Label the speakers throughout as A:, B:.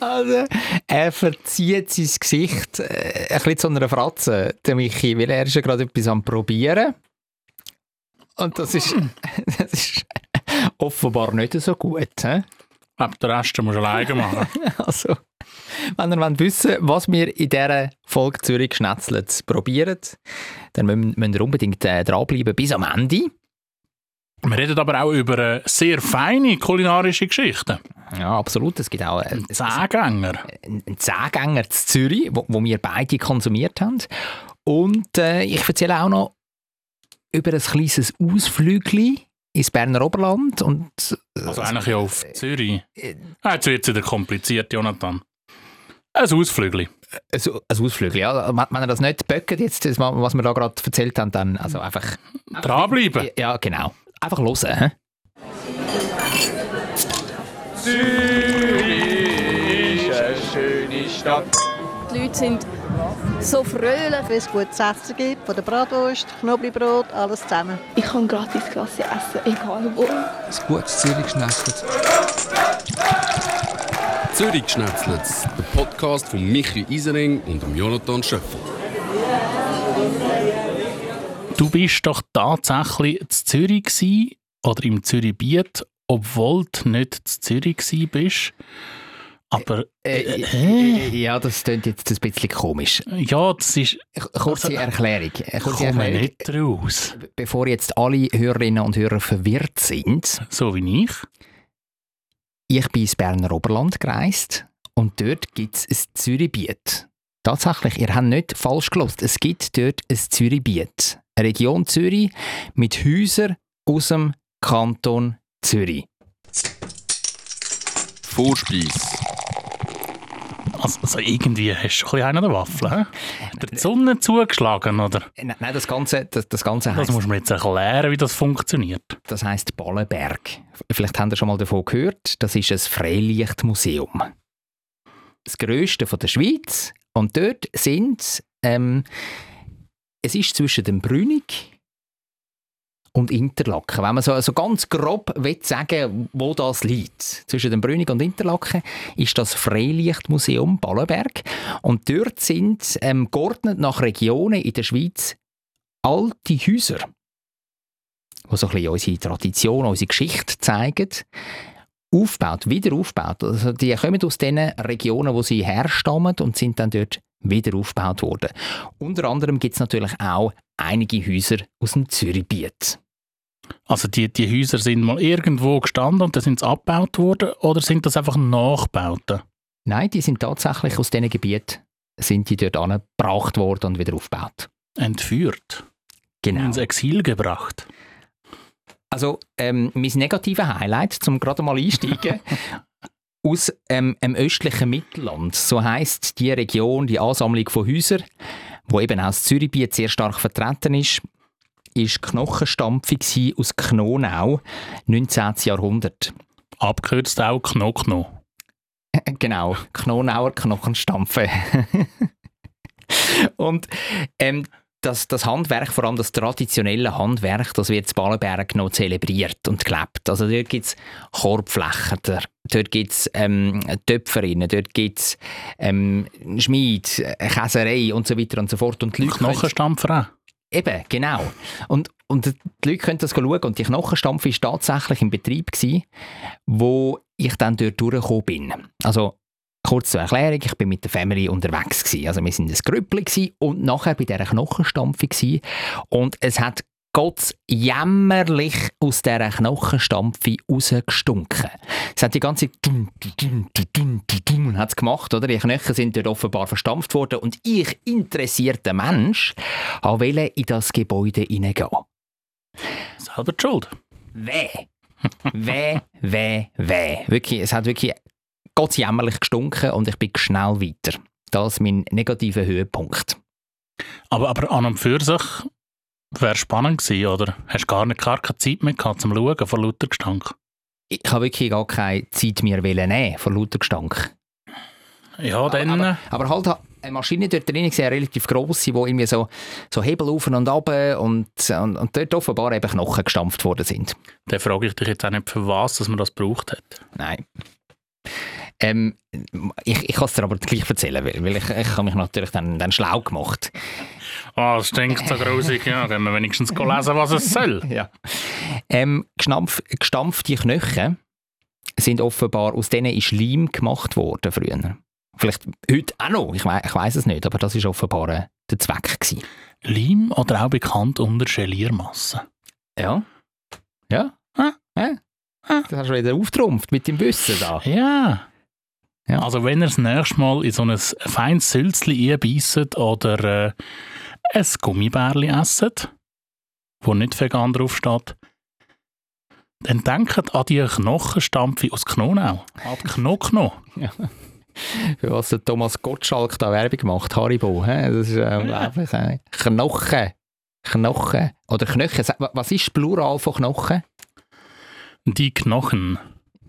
A: Also, er verzieht sein Gesicht äh, ein bisschen zu einer Fratze, der Michi, weil er ist ja gerade etwas am Probieren. Und das ist, das ist offenbar nicht so gut. He?
B: Ab der Rest musst du alleine machen.
A: Also, wenn ihr wollt wissen was wir in dieser Folge Zürich Schnetzlet probieren, dann müssen müsst ihr unbedingt äh, dranbleiben bis am Ende.
B: Wir reden aber auch über äh, sehr feine kulinarische Geschichten.
A: Ja, absolut. Es gibt auch äh, es-
B: Zehngänger.
A: einen Zehngänger zu Zürich, wo, wo wir beide konsumiert haben. Und äh, ich erzähle auch noch über ein kleines Ausflügli ins Berner Oberland. Und, äh,
B: Also eigentlich ja auf Zürich.
A: äh,
B: Ah, Jetzt wird es wieder kompliziert, Jonathan. Ein Ausflügel.
A: also, ein Ausflügli, ja. Wenn wenn ihr das nicht böckt, jetzt, das, was wir da gerade erzählt haben, dann also einfach...
B: Dranbleiben.
A: Ja, genau. Einfach hören. hä?
C: Zürich ist eine schöne Stadt.
D: Die Leute sind so fröhlich.
E: Wenn es gutes Essen gibt, von der Bratwurst, Knoblauchbrot, alles zusammen.
D: Ich kann gratis Klasse essen, egal wo.
F: Ein gutes Zürich geschnetzelt. Zürich geschnetzelt. Der Podcast von Michi Isering und dem Jonathan Schöffel.
B: Du bist doch tatsächlich in Zürich gsi oder im Zürich Biet, obwohl du nicht in Zürich gsi bist. Aber
A: Äh, Ja, das klingt jetzt ein bisschen komisch.
B: ja, das ist.
A: K- Kurze Erklärung. Äh,
B: Ich
A: Kurze
B: komme
A: Erklärung.
B: nicht raus.
A: Bevor jetzt alle Hörerinnen und Hörer verwirrt sind,
B: So wie ich.
A: ich bin ins Berner Oberland gereist und dort gibt es ein Zürichbiet. Tatsächlich, ihr habt nicht falsch gelost. Es gibt dort ein Zürichbiet. Eine Region Zürich mit Häusern aus dem Kanton Zürich.
F: Vorspeis.
B: Also, also irgendwie hast du schon ein bisschen einen an der Waffel. hä? Der die Sonne zugeschlagen, oder?
A: Äh, Nein, nein das Ganze, das, das Ganze
B: Das
A: heisst,
B: musst du mir Also jetzt erklären, wie das funktioniert.
A: das heisst Ballenberg. Vielleicht habt ihr schon mal davon gehört. Das ist ein Freilichtmuseum. Das grösste von der Schweiz. Und dort sind, ähm, es ist zwischen dem Brünig und Interlaken. Wenn man so also ganz grob will sagen wo das liegt, zwischen dem Brünig und Interlaken, ist das Freilichtmuseum Ballenberg. Und dort sind ähm, geordnet nach Regionen in der Schweiz alte Häuser, die so ein bisschen unsere Tradition, unsere Geschichte zeigen. Aufgebaut, wieder aufgebaut. Also die kommen aus den Regionen, wo sie herstammen und sind dann dort wieder aufgebaut worden. Unter anderem gibt es natürlich auch einige Häuser aus dem Zürichbiet.
B: Also die, die Häuser sind mal irgendwo gestanden und dann sind sie abgebaut worden oder sind das einfach Nachbauten?
A: Nein, die sind tatsächlich aus diesen Gebieten sind die dort angebracht worden und wieder aufgebaut.
B: Entführt.
A: Genau.
B: Ins Exil gebracht.
A: Also, ähm, mein negatives Highlight, zum gerade mal einsteigen, aus ähm, dem östlichen Mittelland. So heisst die Region, die Ansammlung von Häusern, wo eben auch das Zürichbiet sehr stark vertreten ist, ist Knochenstampfung gewesen aus Knonau, 19. Jahrhundert.
B: Abgekürzt auch Knockno.
A: Genau, Knonauer Knochenstampfen. Und ähm, das, das Handwerk, vor allem das traditionelle Handwerk, das wird in Ballenberg noch zelebriert und gelebt. Also dort gibt es Korbflächen, da- dort gibt es ähm, Töpferinnen, dort gibt es ähm, Schmied, äh, Käserei und so weiter und so fort. Und die Leute können-
B: Knochenstampfer auch.
A: Eben, genau. Und, und die Leute können das schauen. Und die Knochenstampfe war tatsächlich im Betrieb, gewesen, wo ich dann dort durchgekommen bin. Also, kurz zur Erklärung, ich bin mit der Family unterwegs. Gewesen. Also, wir sind ein Grüppli gewesen und nachher bei dieser Knochenstampfe. Gewesen. Und es hat Gott jämmerlich aus dieser Knochenstampfe rausgestunken. Es hat die ganze Zeit dun, dun, dun, dun, dun, dun, hat's gemacht, oder? Die Knochen sind dort offenbar verstampft worden und ich, interessierter Mensch, wollte in das Gebäude hineingehen.
B: Selber die Schuld.
A: Weh. Weh, weh, weh. Wirklich, es hat wirklich Gott jämmerlich gestunken und ich bin schnell weiter. Das ist mein negativer Höhepunkt.
B: Aber, aber an und für sich wäre spannend gewesen, oder? Hast gar nicht gar keine Zeit mehr gehabt zum Schauen vor lauter Gestank.
A: Ich habe wirklich gar keine Zeit mehr nehmen von lauter Gestank.
B: Ja, dann... äh,
A: Aber, aber halt eine Maschine dort drin, eine relativ grosse, die irgendwie so, so Hebel auf und ab und, und, und dort offenbar eben Knochen gestampft worden sind.
B: Dann frage ich dich jetzt auch nicht, für was dass man das gebraucht hat.
A: Nein. Ähm, ich ich kann es dir aber gleich erzählen, weil, weil ich, ich habe mich natürlich dann, dann schlau gemacht.
B: Oh, es stinkt so grusig. Ja, können wir wenigstens lesen, was es soll.
A: Ja. Ähm, gestampf, gestampfte Knochen sind offenbar, aus denen ist Leim gemacht worden früher. Vielleicht heute auch noch, ich, wei- ich weiß es nicht, aber das ist offenbar äh, der Zweck. Gewesen.
B: Leim oder auch bekannt unter Geliermasse.
A: Ja. Ja.
B: Ah.
A: ja. Das hast du wieder auftrumpft mit dem Wissen da.
B: Ja.
A: Ah. Ja.
B: Also wenn ihr das nächste Mal in so ein feines Sülzli einbeisset oder äh, ein Gummibärli esset, wo nicht vegan draufsteht, dann denkt an die Knochenstampfe aus Knonau. Ab Knockno.
A: Für was der Thomas Gottschalk da Werbung macht, Haribo. hä? Das ist äh, unglaublich. hä? Knochen. Knochen. Oder Knochen. Sag, wa- Was ist das Plural von Knochen?
B: Die Knochen.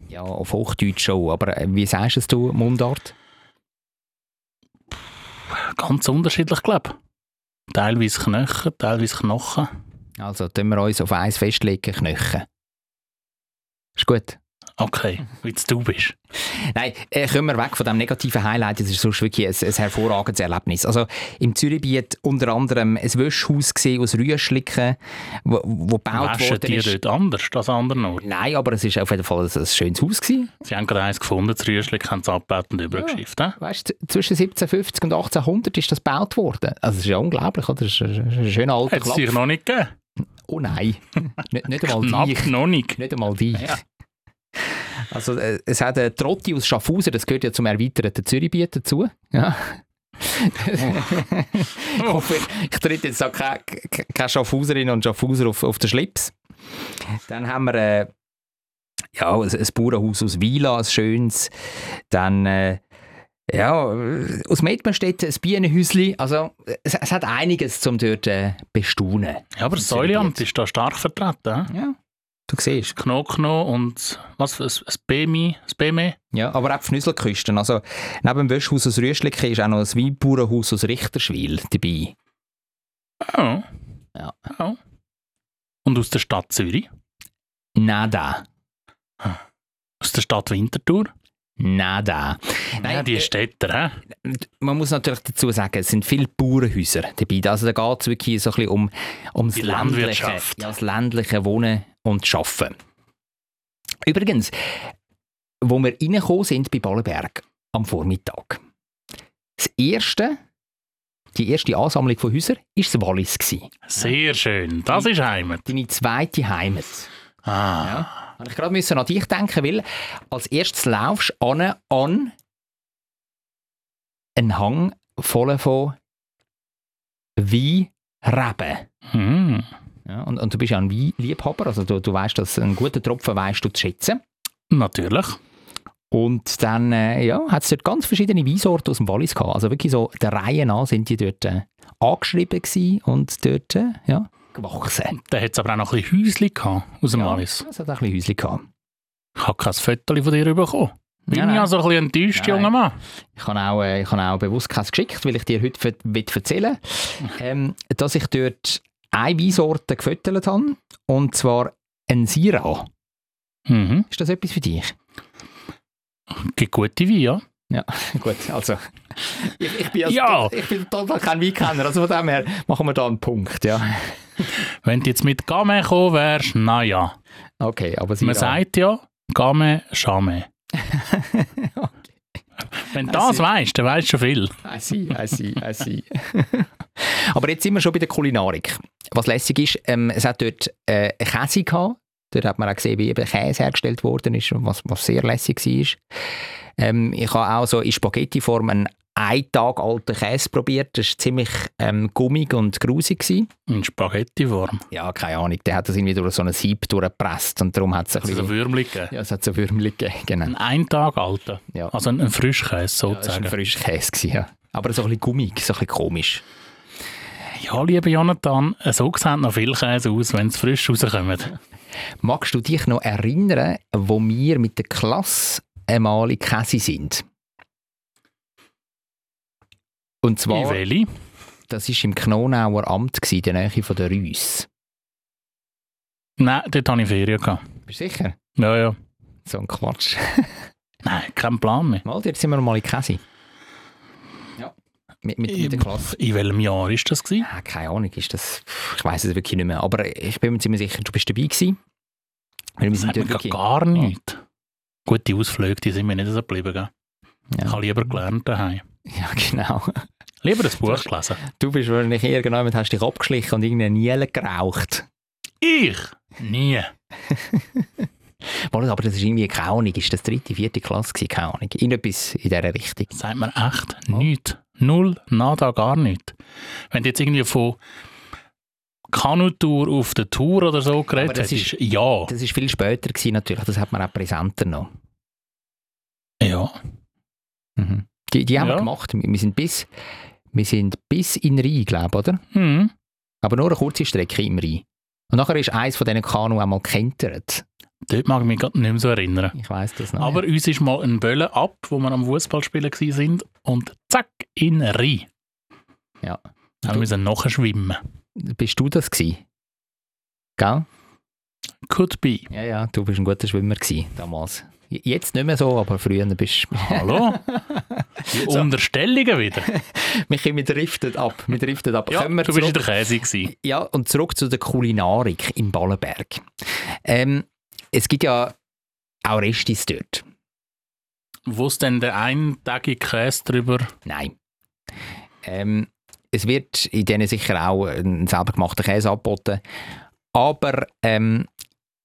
A: Ja, auf Hochdeutsch schon. Aber äh, wie sagst es du, Mundart?
B: Ganz unterschiedlich, glaube ich. Teilweise Knochen, teilweise Knochen.
A: Also, tun wir uns auf eins festlegen, Knochen. Ist gut. Mhm.
B: Okay, wie es du bist.
A: Nein, äh, kommen wir weg von dem negativen Highlight. Das ist sonst wirklich ein, ein hervorragendes Erlebnis. Also im Zürichbiet unter anderem ein Wäschhaus gesehen aus Rüschlicken, wo, wo gebaut
B: Waschen
A: worden
B: die
A: ist.
B: dort anders als an anderen Orten?
A: Nein, aber es ist auf jeden Fall ein, ein schönes Haus gewesen.
B: Sie haben gerade eins gefunden, das Rüschli haben es abgebeten und übergeschifft. hä?
A: Weißt, du, zwischen 1750 und 1800 ist das gebaut worden. Also es ist ja unglaublich, oder? Das ist ein ein schöner alter
B: Hat es
A: Klapf.
B: sich noch nicht gegeben?
A: Oh nein, nicht, nicht einmal dich.
B: Knapp noch nicht.
A: Nicht einmal dich.
B: Ja.
A: Also äh, es hat einen Trotti aus Schaffhausen, das gehört ja zum erweiterten Zürichbiet dazu. Ja. ich hoffe, ich, ich tritt jetzt auch keine, keine Schaffhauserinnen und Schaffhauser auf, auf den Schlips. Dann haben wir äh, ja, ein, ein Bauernhaus aus Wila, ein schönes. Dann äh, ja, äh, aus Medmenstedt ein Bienenhäuschen. Also äh, es, es hat einiges zum dort äh, bestaunen.
B: Ja, aber das Säuleamt ist da stark vertreten. hä?
A: Ja, du siehst.
B: Knockno und was, das BMI, das BME.
A: Ja, aber auch die Fnüsselküsten. Also neben dem Wäschhaus aus Rüschlicke ist auch noch ein Weinbauernhaus aus Richterschwil dabei.
B: Oh.
A: Ja.
B: Oh. Und aus der Stadt Zürich,
A: Nada.
B: aus der Stadt Winterthur.
A: Nada.
B: ja, die Städter, hä?
A: äh, man muss natürlich dazu sagen, es sind viele Bauernhäuser dabei. Also da geht es wirklich so ein bisschen um, um das,
B: Die
A: ländliche, ja,
B: Landwirtschaft.
A: das ländliche Wohnen und Schaffen. Übrigens, wo wir reingekommen sind bei Ballenberg am Vormittag, das erste, die erste Ansammlung von Häusern war das Wallis. Gewesen.
B: Sehr schön. Das ist Heimat.
A: Deine zweite Heimat.
B: Ah.
A: Habe ich gerade müssen an dich denken, weil als erstes laufst du an, an einen Hang voll von Weinreben.
B: Hm.
A: Ja, und, und du bist ja ein Weinliebhaber, also du, du weißt, dass einen guten Tropfen weißt du zu schätzen.
B: Natürlich.
A: Und dann äh, ja, hat es dort ganz verschiedene Weinsorten aus dem Wallis gehabt. Also wirklich so der Reihe nach sind die dort äh, angeschrieben gewesen und dort äh, ja, gewachsen.
B: Da hat es aber auch noch ein bisschen Häuschen gehabt aus dem
A: Ja,
B: Wallis.
A: Es hat auch ein bisschen Häuschen gehabt.
B: Ich habe kein Foto von dir bekommen. Bin
A: Nein,
B: ich
A: nein.
B: also ein bisschen enttäuscht,
A: Nein.
B: junger Mann.
A: Ich habe auch, äh, ich habe auch bewusst keins geschickt, weil ich dir heute ver will erzählen ähm, dass ich dort eine Weinsorte gefüttert habe, und zwar ein Syrah.
B: Mhm.
A: Ist das etwas für dich?
B: Gibt gute Wein, ja.
A: Gut, also ich, ich bin
B: Ja.
A: ich bin total kein Weinkenner, also von dem her machen wir da einen Punkt, ja.
B: Wenn du jetzt mit Game gekommen wärst, naja.
A: Okay, aber Syrah.
B: Man sagt ja, Game, Schame. Wenn du das
A: Also-
B: weißt, dann weißt du schon viel.
A: I see, I see, I see. Aber jetzt sind wir schon bei der Kulinarik. Was lässig ist, ähm, es hat dort äh, einen Käse gehabt. Dort hat man auch gesehen, wie eben Käse hergestellt worden ist, was, was sehr lässig war. Ähm, ich habe auch so in Spaghetti-Form einen einen Tag alten Käse probiert. Das war ziemlich ähm, gummig und grusig. Gewesen.
B: In Spaghetti-Form.
A: Ja, keine Ahnung. Der hat das irgendwie durch so einen Sieb durchgepresst und darum hat es ein
B: Also
A: bisschen...
B: ein Würmli gegeben.
A: Ja, es hat so Würmel gegeben, genau.
B: Ein ein Tag alter.
A: Ja.
B: Also ein, ein Frischkäse
A: Das war ein
B: sozusagen.
A: frischer Käse, gewesen, ja. Aber so ein bisschen gummig, so ein bisschen komisch.
B: Ja, lieber Jonathan, so sieht noch viel Käse aus, wenn es frisch rauskommt.
A: Magst du dich noch erinnern, wo wir mit der Klasse einmal in Käse sind? Und
B: In
A: zwar,
B: Welli?
A: das war im Knonauer Amt, gewesen, in der Nähe von der Reuss.
B: Nein, dort hatte ich Ferien. Gehabt.
A: Bist du sicher?
B: Ja, ja.
A: So ein Quatsch.
B: Nein, kein Plan mehr.
A: Mal, jetzt sind wir mal in Käse. Ja. Mit, mit, mit der Klasse.
B: In welchem Jahr ist das? Gewesen?
A: Ah, keine Ahnung, ist das. Ich weiß es wirklich nicht mehr. Aber ich bin mir ziemlich sicher, du bist dabei gewesen. Weil wir
B: Das sagt
A: sind
B: mir
A: dort
B: grad
A: wirklich.
B: gar nichts. Gut, die Ausflüge die sind mir nicht so geblieben. Gell? Ich
A: Ja.
B: habe lieber gelernt daheim.
A: ja, genau.
B: Lieber das Buch gelesen.
A: Du bist wahrscheinlich irgendjemand, hast dich abgeschlichen und irgendeinen Nielen geraucht.
B: Ich? Nie.
A: Mal, Aber das ist irgendwie keine Ahnung, ist das dritte, vierte Klasse gewesen, keine Ahnung. Irgendetwas in dieser Richtung.
B: Das sagt mir echt nichts. Null, nada, gar nichts. Wenn du jetzt irgendwie von Kanutour auf der Tour oder so geredet
A: Aber das
B: hättest,
A: ist-
B: ist, ja.
A: Das war viel später gewesen, natürlich, das hat man auch präsenter noch.
B: Ja.
A: Mhm. Die, die haben
B: Ja.
A: wir gemacht. Wir wir sind bis, wir sind bis in Rhein, glaube ich, oder?
B: Hm.
A: Aber nur eine kurze Strecke im Rhein. Und nachher ist eins von diesen Kanu einmal gekentert.
B: Dort mag ich mich gerade nicht mehr so erinnern.
A: Ich weiß das noch.
B: Aber uns ist mal ein Böllen ab, wo wir am Fußballspielen gsi sind und zack, in Rhein.
A: Ja.
B: Dann
A: Du-
B: müssen wir nachher schwimmen.
A: bist du das gewesen? Gell?
B: Could be.
A: Ja, ja, du bist ein guter Schwimmer gewesen, damals. J- Jetzt nicht mehr so, aber früher bist du...
B: Hallo? Die Unterstellungen wieder.
A: wir, können- wir driften ab. Wir driften ab.
B: Ja,
A: Kommen wir
B: du bist in
A: zurück-
B: der Käse. Gewesen.
A: Ja, und zurück zu der Kulinarik im Ballenberg. Ähm, es gibt ja auch Restis dort.
B: Wo es denn der eintagige Käse drüber.
A: Nein. Ähm, es wird in denen sicher auch ein selber gemachter Käse angeboten. Aber ähm,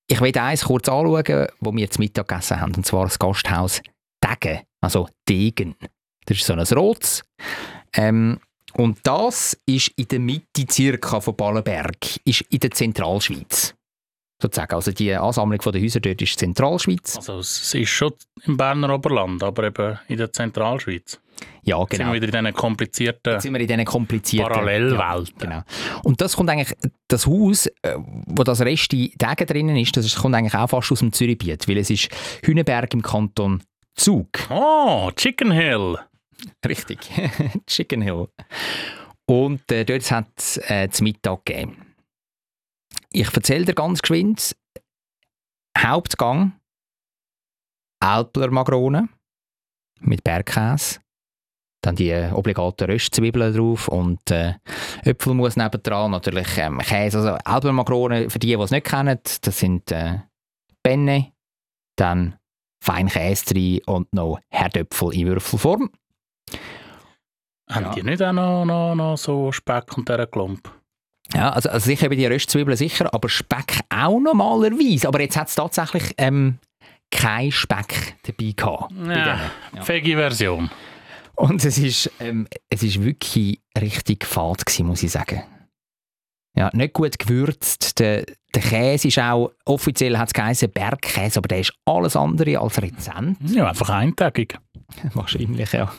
A: ich will eins kurz anschauen, wo wir zum Mittag gegessen haben, und zwar das Gasthaus Degen, also Degen. Das ist so ein Rotes. Ähm, und das ist in der Mitte circa von Ballenberg, ist in der Zentralschweiz. Sozusagen, also die Ansammlung der Häuser dort ist Zentralschweiz.
B: Also, es ist schon im Berner Oberland, aber eben in der Zentralschweiz.
A: Ja,
B: Jetzt Sind wir
A: genau.
B: wieder in diesen
A: Jetzt
B: komplizierten
A: sind wir in diesen komplizierten...
B: Parallelwelten.
A: Genau. Und das kommt eigentlich, das Haus, äh, wo das Rest die Degen drinnen ist, das ist- kommt eigentlich auch fast aus dem Zürichbiet, weil es ist Hünenberg im Kanton Zug.
B: Oh, Chicken Hill.
A: Richtig. Chicken Hill. Und äh, dort hat es äh, zu Mittag gegeben. Ich erzähle dir ganz geschwind. Hauptgang Alpler Makrone mit Bergkäse. Dann die äh, obligaten Röstzwiebeln drauf und äh, Äpfelmus nebendran, natürlich ähm, Käse. Also Alpler Makrone, für die, die es nicht kennen, das sind äh, Penne, dann fein Käse drin und noch Herdöpfel in Würfelform.
B: Haben
A: Ja.
B: die nicht auch noch, noch, noch so Speck und dieser Klump?
A: Ja, also, also sicher bei den Röstzwiebeln sicher, aber Speck auch normalerweise. Aber jetzt hat es tatsächlich ähm, kein Speck dabei gehabt. bei
B: Ja,
A: denen. Ja.
B: fege Version.
A: Und es ist, ähm, es ist wirklich richtig fad gewesen, muss ich sagen. Ja, nicht gut gewürzt. Der, der Käse ist auch, offiziell hat es geheißen Bergkäse, aber der ist alles andere als rezent.
B: Ja, einfach eintagig.
A: Wahrscheinlich, ja.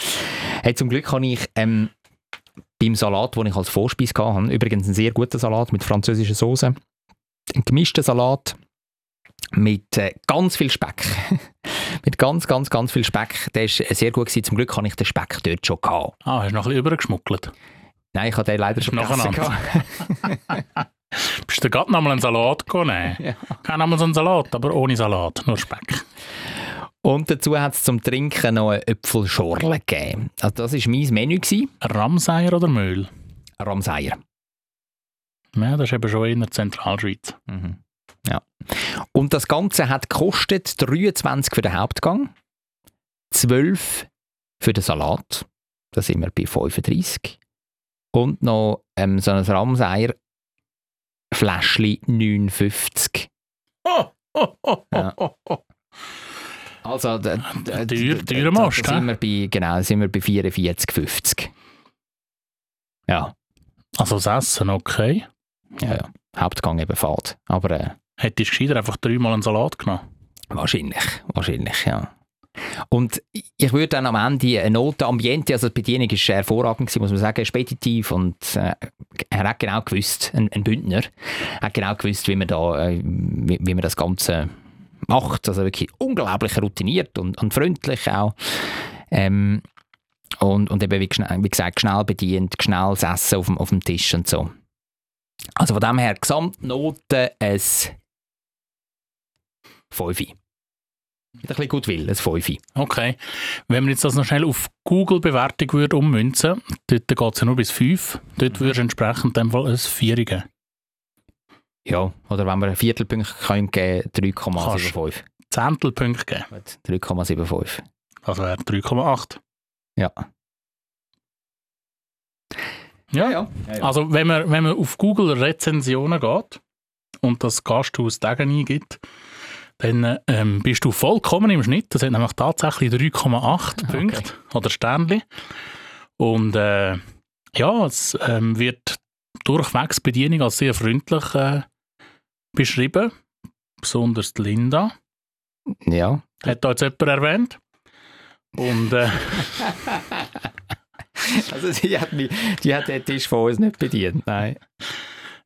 A: hey, zum Glück habe ich ähm, beim Salat, den ich als Vorspeis hatte, übrigens einen sehr guten Salat mit französischer Soße, einen gemischten Salat mit äh, ganz viel Speck. mit ganz, ganz, ganz viel Speck. Der ist äh, sehr gut gewesen. Zum Glück habe ich den Speck dort schon gehabt.
B: Ah, hast du noch ein bisschen übergeschmuggelt.
A: Nein, ich habe den leider schon
B: Nacheinander.
A: gehabt.
B: Bist du gerade nochmal einen Salat genommen?
A: Ja.
B: Ja. Kein nochmal so einen Salat, aber ohne Salat, nur Speck.
A: Und dazu hat es zum Trinken noch eine Äpfelschorle gegeben. Also das war mein Menü. Gewesen.
B: Ramseier oder Müll?
A: Ramseier.
B: Ja, das ist eben schon in der Zentralschweiz.
A: Mhm. Ja. Und das Ganze hat gekostet 23 für den Hauptgang, 12 für den Salat, da sind wir bei 35, und noch ähm, so ein Ramseier Fläschchen 59.
B: Oh, oh, oh,
A: Ja.
B: oh, oh.
A: Also d- d-
B: Teuer-
A: d- d-
B: teurer
A: da-
B: Mast,
A: da sind
B: hä?
A: wir bei, Genau, da sind wir bei 44,50. Ja,
B: Also das Essen, okay.
A: ja, ja. Hauptgang eben fad. Aber äh,
B: Hättest du gescheiter einfach dreimal einen Salat genommen.
A: Wahrscheinlich, wahrscheinlich, ja. Und ich würde dann am Ende eine Note Ambiente, also die Bedienung ist hervorragend gewesen, muss man sagen, speditiv und äh, er hat genau gewusst, ein, ein Bündner, hat genau gewusst, wie man, da, äh, wie, wie man das Ganze macht. Also wirklich unglaublich routiniert und, und freundlich auch. Ähm, und, und eben, wie, geschn- wie gesagt, schnell bedient, schnell das Essen auf dem, auf dem Tisch und so. Also von dem her, Gesamtnote ein 5. Mit ein bisschen Goodwill, ein Fünfi.
B: Okay. Wenn wir jetzt das noch schnell auf Google-Bewertung würde ummünzen, dort geht es ja nur bis 5. Dort würdest du entsprechend in dem Fall ein 4 geben.
A: Ja, oder wenn wir einen Viertelpunkt können geben, 3,75.
B: Zehntelpunkte geben.
A: Gut, 3,75.
B: Also wäre 3,8.
A: Ja.
B: Ja.
A: ja.
B: Also wenn man, wenn man auf Google Rezensionen geht und das Gasthaus Degen eingibt, dann ähm, bist du vollkommen im Schnitt. Das sind nämlich tatsächlich 3,8 Punkte oder Sternchen. Und äh, ja, es ähm, wird durchwegs die Bedienung als sehr freundlich äh, beschrieben. Besonders die Linda
A: Ja.
B: hat da jetzt jemand erwähnt. Und äh,
A: Also die hat, mich, die hat den Tisch von uns nicht bedient, nein.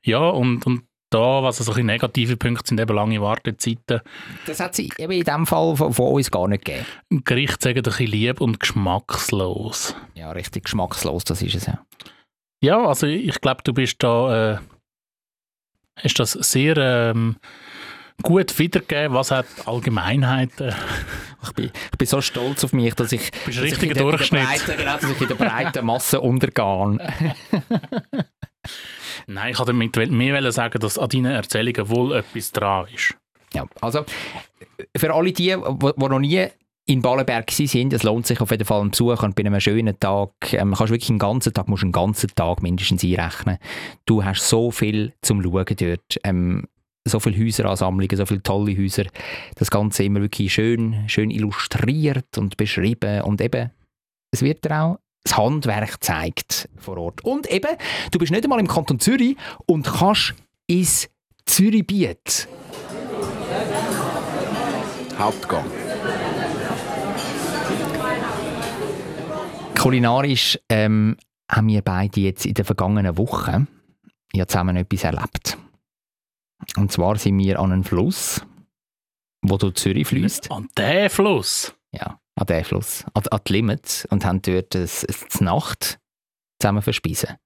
B: ja, und, und da, was so ein bisschen negative Punkte sind, eben lange Wartezeiten.
A: Das hat sie eben in dem Fall von, von uns gar nicht gegeben.
B: Gericht sagen ein bisschen lieb und geschmackslos.
A: Ja, richtig geschmackslos, das ist es ja.
B: Ja, also ich glaube, du bist da, äh, ist das sehr ähm, gut wiedergegeben, was hat die Allgemeinheit. Äh,
A: Ich bin, ich bin so stolz auf mich, dass ich, dass ich,
B: richtiger
A: in, der, in, der
B: Durchschnitt.
A: breiten, genau, dass ich in der breiten Masse untergehe.
B: nein, ich wollte damit wel- mehr wollen sagen, dass an deinen Erzählungen wohl etwas dran ist.
A: Ja, also für alle die, die die noch nie in Ballenberg gewesen sind, es lohnt sich auf jeden Fall ein Besuch und bei einem schönen Tag, ähm, kannst wirklich einen ganzen Tag, musst einen ganzen Tag mindestens einrechnen. Du hast so viel zum Schauen dort, ähm, so viele Häuseransammlungen, so viele tolle Häuser, das Ganze immer wirklich schön, schön illustriert und beschrieben und eben, es wird dir auch das Handwerk gezeigt vor Ort. Und eben, du bist nicht einmal im Kanton Zürich und kannst ins Zürichbiet.
F: Hauptgang.
A: Kulinarisch ähm, haben wir beide jetzt in der vergangenen Woche ja zusammen etwas erlebt. Und zwar sind wir an einem Fluss, wo durch Zürich fließt.
B: An der Fluss.
A: Ja, an diesem Fluss, an, an die Limit und haben dort es- es die Nacht zusammen verspeisen.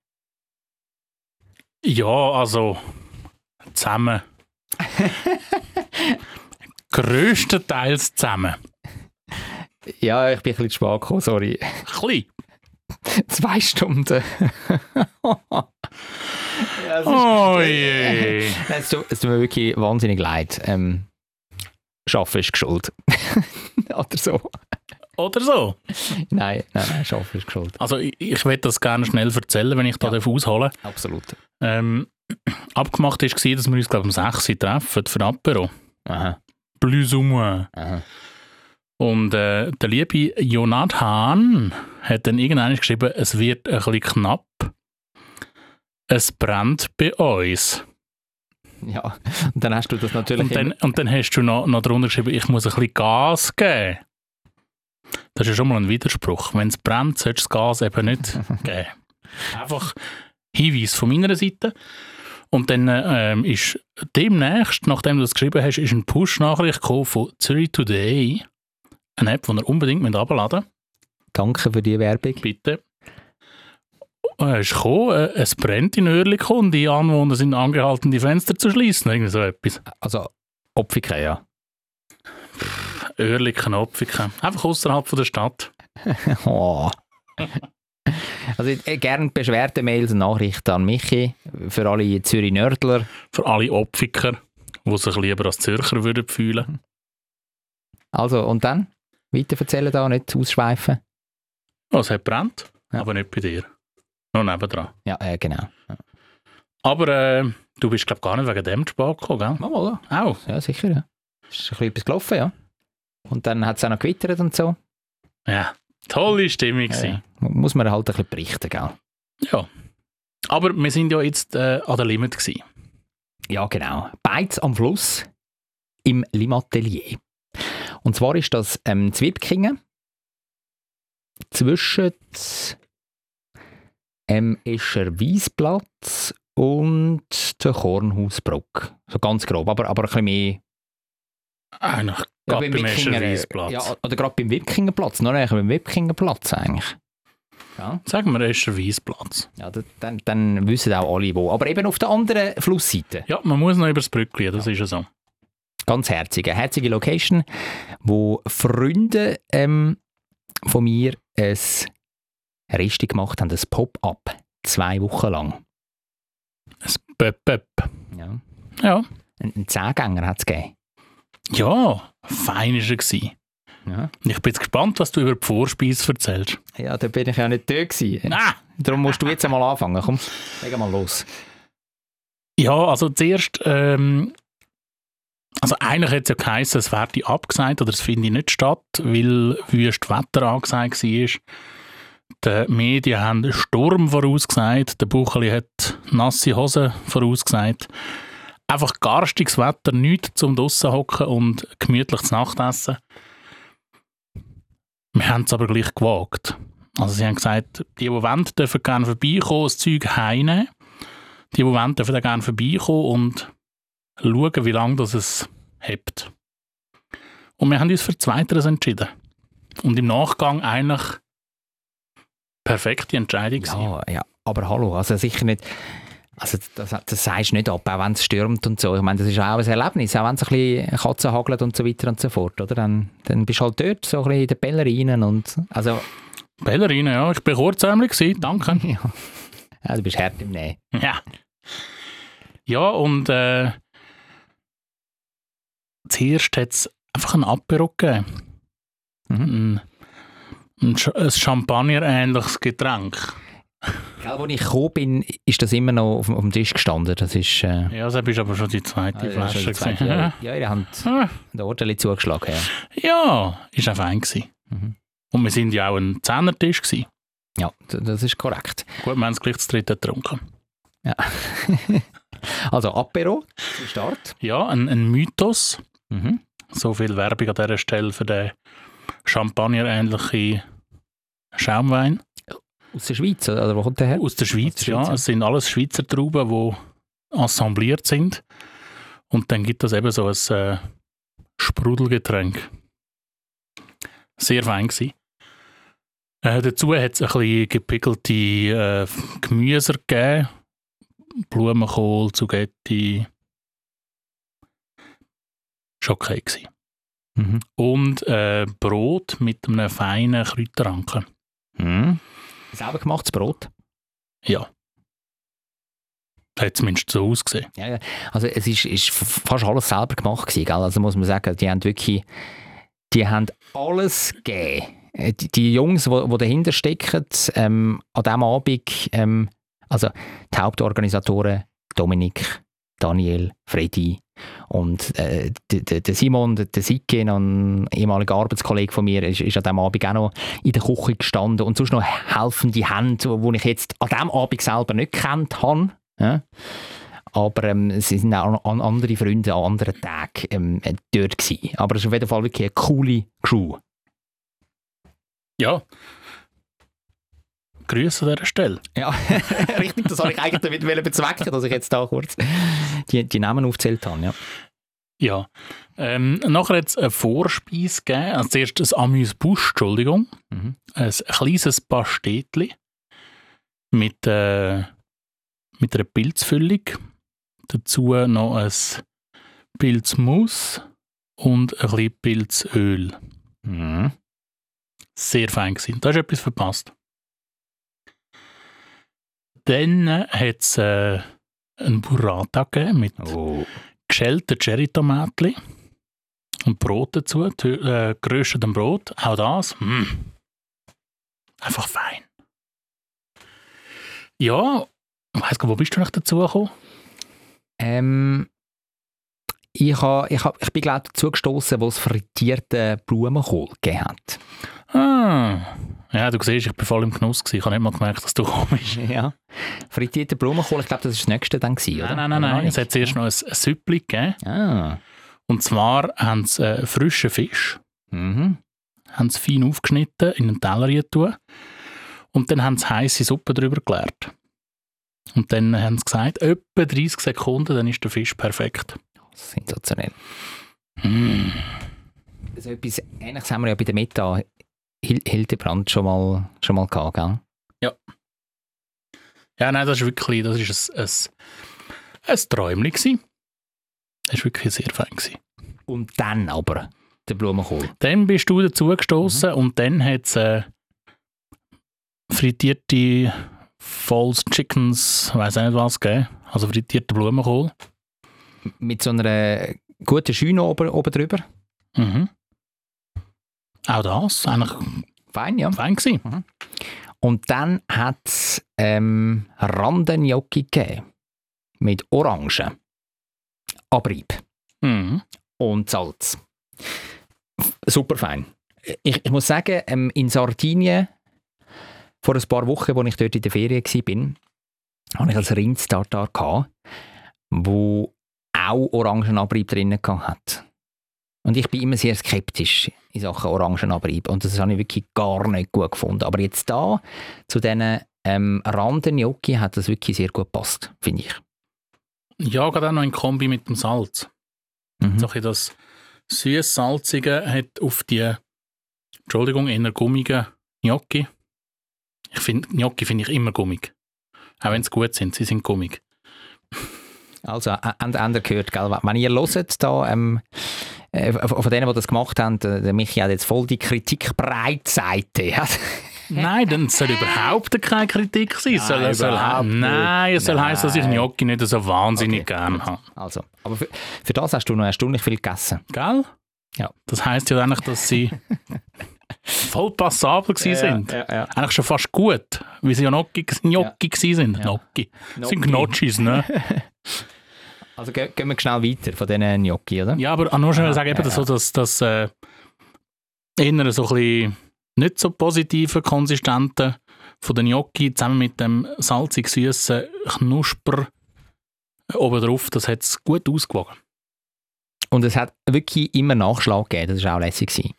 B: Ja, also zusammen. Größtenteils zusammen.
A: Ja, ich bin ein bisschen zu spät gekommen, sorry.
B: Klein.
A: Zwei Stunden. ja, es ist-
B: Oh je.
A: Es tut, es tut mir wirklich wahnsinnig leid. Ähm, Schaffen ist geschuld. Oder so.
B: Oder so.
A: Nein, nein, nein, Schaffen ist geschuld.
B: Also ich, ich will das gerne schnell erzählen, wenn ich da ja. aushole.
A: Absolut.
B: Ähm, abgemacht war, dass wir uns glaub, um 6 Uhr treffen für ein Apero.
A: Aha,
B: Plus ou moins.
A: aha.
B: Und äh, der liebe Jonathan hat dann irgendwann geschrieben, es wird ein bisschen knapp. Es brennt bei uns.
A: Ja, und dann hast du das natürlich...
B: Und dann, und dann hast du noch, noch darunter geschrieben, ich muss ein bisschen Gas geben. Das ist ja schon mal ein Widerspruch. Wenn es brennt, sollst du das Gas eben nicht geben. Einfach Hinweis von meiner Seite. Und dann äh, ähm, ist demnächst, nachdem du das geschrieben hast, ist eine Push-Nachricht gekommen von Zurich Today. Eine App, die ihr unbedingt mit abladen müsst.
A: im- Danke für die Werbung.
B: Bitte. Äh, ist gekommen, äh, es brennt in Oerlikon, die Anwohner sind angehalten, die Fenster zu schließen. Irgendwie so etwas.
A: Also, Opfiken, ja.
B: Oerlikon, Opfiken. Einfach außerhalb von der Stadt.
A: Oh. Also äh, gerne Beschwerdemails und Nachrichten an Michi, für alle Zürich-Nördler.
B: Für alle Opfiker, die sich lieber als Zürcher würden fühlen.
A: Also, und dann? Weiter erzählen da, nicht ausschweifen.
B: Oh, es hat brennt,
A: Ja.
B: aber nicht bei dir. Nur nebendran.
A: Ja, äh, genau.
B: Aber äh, du bist, glaube ich, gar nicht wegen dem zu spät gekommen, gell?
A: Mal, mal,
B: Auch.
A: ja. Ja, sicher, ja. Ist ein bisschen etwas gelaufen, ja. Und dann hat es auch noch gewittert und so.
B: Ja, tolle Stimmung.
A: Ja,
B: Ja.
A: ja. Muss man halt ein bisschen berichten, gell?
B: Aber wir sind ja jetzt äh, an der Limit. Gewesen.
A: Ja, genau. Beiz am Fluss im Limatelier. Und zwar ist das ähm, Zwipkingen zwischen ähm, Escher Wiesplatz und der Kornhausbrücke. So ganz grob, aber, aber ein bisschen mehr.
B: Eigentlich gerade beim
A: Wipkinger-
B: Escherweisplatz.
A: Ja, oder gerade beim Wipkingerplatz. Noch näher beim Wipkingerplatz eigentlich. Ja,
B: Sagen wir Escherweisplatz.
A: ja da- dann, dann wissen auch alle wo. Aber eben auf der anderen Flussseite.
B: Ja, man muss noch über das Brückli, das ist ja so.
A: Ganz herzige, eine herzige Location, wo Freunde ähm, von mir ein Resti gemacht haben, ein Pop-up, zwei Wochen lang.
B: Es pöp, pöp.
A: Ja.
B: Ja.
A: Ein, ein Zehngänger hat es gegeben.
B: Ja, fein war er. gewesen.
A: Ja.
B: Ich bin jetzt gespannt, was du über die Vorspeise erzählst.
A: ja, da bin ich ja nicht da gewesen.
B: Ah!
A: Darum musst du jetzt einmal anfangen. Komm, leg mal los.
B: Ja, also zuerst, ähm, also eigentlich hätte es ja geheißen, es werde abgesagt oder es finde nicht statt, weil wüst Wetter angesagt war. Die Medien haben Sturm vorausgesagt, der Bucheli hat nasse Hosen vorausgesagt. Einfach garstiges Wetter, nichts zum draussen hocken und gemütlich zu Nacht essen. Wir haben es aber gleich gewagt. Also sie haben gesagt, die, die wollen, dürfen gerne vorbeikommen, das Zeug heimnehmen die, die wollen, dürfen da gerne vorbeikommen und schauen, wie lange das es hebt. Und wir haben uns für Zweiteres entschieden. Und im Nachgang eigentlich perfekte Entscheidung gewesen.
A: Ja, ja, aber hallo, also sicher nicht. Also das, das sagst du nicht ab, auch wenn es stürmt und so. Ich meine, das ist auch ein Erlebnis, auch wenn es ein bisschen Katzen hagelt und so weiter und so fort, oder? Dann, dann bist du halt dort, so ein bisschen in den Pellerinen und... Also,
B: Ballerina, ja, ich bin kurzärmlich gewesen, danke.
A: ja. ja du bist hart im Nähen.
B: Ja. Ja, und äh, zuerst hat es einfach ein Apero gegeben.
A: Mhm.
B: Ein, ein, Sch- ein Champagner-ähnliches Getränk.
A: Gell, Als ich gekommen bin, ist das immer noch auf, dem- auf dem Tisch gestanden. Das ist... Äh,
B: Ja, das ist aber schon die zweite
A: das ist
B: Flasche.
A: schon die zweite-
B: gewesen.
A: Ah, ja, ja, ihr habt
B: Ah,
A: den Ordeli zugeschlagen. Ja.
B: Ja, ist auch fein gewesen.
A: Mhm.
B: Und wir sind ja auch ein Zehnertisch gewesen.
A: ja, d- das ist korrekt.
B: Gut, wir haben es gleich zu dritt getrunken.
A: Also, Apero zum Start.
B: Ja, ein, ein Mythos.
A: Mhm.
B: So viel Werbung an dieser Stelle für den Champagner-ähnlichen Schaumwein.
A: Aus der Schweiz, oder oder wo kommt der her?
B: Aus der Schweiz,
A: Aus der Schweiz,
B: ja.
A: ja.
B: Es sind alles Schweizer Trauben, die assembliert sind. Und dann gibt es eben so ein äh, Sprudelgetränk. Sehr fein gewesen. Äh, dazu hat es ein bisschen gepickelte äh, Gemüse gegeben. Blumenkohl, Zugetti. Schon okay gewesen.
A: Mhm.
B: Und äh, Brot mit einem feinen Kräuteranken.
A: Mhm. Selber gemachtes Brot.
B: Ja. Hat zumindest so ausgesehen.
A: Ja, ja. Also es ist, ist f- fast alles selber gemacht gewesen, gell? Also muss man sagen, die haben wirklich, die haben alles gegeben. Äh, Die, die Jungs, die wo, wo dahinter stecken, ähm, an diesem Abend, ähm, also die Hauptorganisatoren Dominik, Daniel, Freddy und äh, der- der der Simon, der der Sikin, ein ehemaliger Arbeitskollege von mir, ist, ist an diesem Abend auch noch in der Küche gestanden und sonst noch helfende Hände, wo- wo ich jetzt an diesem Abend selber nicht gekannt habe. Ja? Aber ähm, es sind auch noch an andere Freunde an anderen Tagen ähm, äh, dort gewesen. Aber es ist auf jeden Fall wirklich eine coole Crew.
B: Ja. Grüße an dieser Stelle.
A: Ja, richtig, das habe ich eigentlich damit wollen bezwecken, dass ich jetzt da kurz die, die Namen aufgezählt habe. Ja.
B: Ja. Ähm, nachher hat es eine Vorspeise gegeben. Also zuerst ein Amüsbusch, Entschuldigung.
A: Mhm.
B: Ein kleines Pastetli mit, äh, mit einer Pilzfüllung. Dazu noch ein Pilzmus und ein bisschen Pilzöl.
A: Mhm.
B: sehr fein gewesen. Da ist etwas verpasst. Dann hat es äh, einen Burrata gegeben mit
A: Oh.
B: geschälten Cherrytomatli und Brot dazu, tö- äh, geröstetem Brot, auch das. mm. Einfach fein. Ja, ich weiss gar nicht, wo bist du noch dazu gekommen?
A: Ähm, ich, ha, ich, ha, ich bin glaube dazu gestoßen, wo es frittierte Blumenkohl gegeben hat.
B: Ah, ja, du siehst, ich bin voll im Genuss. Gewesen. Ich habe nicht mal gemerkt, dass du gekommen bist.
A: Ja. Frittierte Blumenkohl, ich glaube, das ist das nächste dann gewesen, oder?
B: Nein, nein, nein,
A: Oder
B: nein.
A: nicht?
B: Es hat zuerst noch ein Süppli gegeben.
A: Ah.
B: Und zwar haben sie äh, frischen Fisch
A: Mhm.
B: haben sie fein aufgeschnitten, in einen Teller getan und dann haben sie heiße Suppe drüber geleert. Und dann haben sie gesagt, etwa 30 Sekunden, dann ist der Fisch perfekt.
A: Sensationell.
B: Mm.
A: So etwas Ähnliches haben wir ja bei der Meta Hil Hildebrand schon mal, schon mal gehabt, gell?
B: Ja, nein, das ist wirklich, das ist ein, ein, ein Träumchen gewesen. Das war wirklich sehr fein. Gewesen.
A: Und dann aber der Blumenkohl.
B: Dann bist du dazugestoßen und dann hat es äh, frittierte False Chickens, weiß auch nicht was, gegeben. Also frittierte Blumenkohl.
A: Mit so einer guten Scheune oben, oben drüber.
B: Mhm. Auch das, eigentlich
A: Fein, ja.
B: fein gewesen.
A: Und dann hat es ähm, Randenjoki gegeben. Mit Orangen. Abrieb.
B: Mhm.
A: und Salz. Super fein. Ich, ich muss sagen, ähm, in Sardinien, vor ein paar Wochen, als ich dort in der Ferien war, hatte ich ein Rindstatar, gehabt, wo auch Orangenabrieb drin hat. Und ich bin immer sehr skeptisch in Sachen Orangenabrieb. Und das habe ich wirklich gar nicht gut gefunden. Aber jetzt da, zu diesen ähm, Randenjoki, hat das wirklich sehr gut gepasst, finde ich.
B: Ja, gerade auch noch in Kombi mit dem Salz.
A: Mhm.
B: So ein bisschen das süß-salzige hat auf die, Entschuldigung, eher gummigen Gnocchi. Ich finde, Gnocchi finde ich immer gummig. Auch wenn sie gut sind, sie sind gummig.
A: Also, an an der gehört, gell? wenn ihr hört, da, ähm, äh, von von denen, die das gemacht haben, äh, der der Michi hat jetzt voll die Kritik breitseite.
B: Nein, dann soll überhaupt keine Kritik sein. Soll,
A: Nein,
B: soll,
A: überhaupt nicht.
B: nein, es soll
A: Nein.
B: heißen, dass ich Gnocchi nicht so wahnsinnig
A: Okay,
B: gerne habe.
A: also, aber für, für das hast du noch erstaunlich viel gegessen.
B: Gell?
A: Ja.
B: Das heisst ja eigentlich, dass sie voll passabel gewesen sind. Eigentlich schon fast gut, weil sie ja Gnocchi, Gnocchi gewesen sind. Gnocchi. Das sind Gnocchis, ne?
A: Also gehen, gehen wir schnell weiter von diesen Gnocchi, oder?
B: Ja, aber auch nur schnell sagen, eben,
A: ja,
B: dass so das, das äh, eher so ein bisschen nicht so positive Konsistente von den Gnocchi zusammen mit dem salzig süßen Knusper äh, obendrauf, das hat es gut ausgewogen.
A: Und es hat wirklich immer Nachschlag gegeben, das war auch lässig. Gewesen.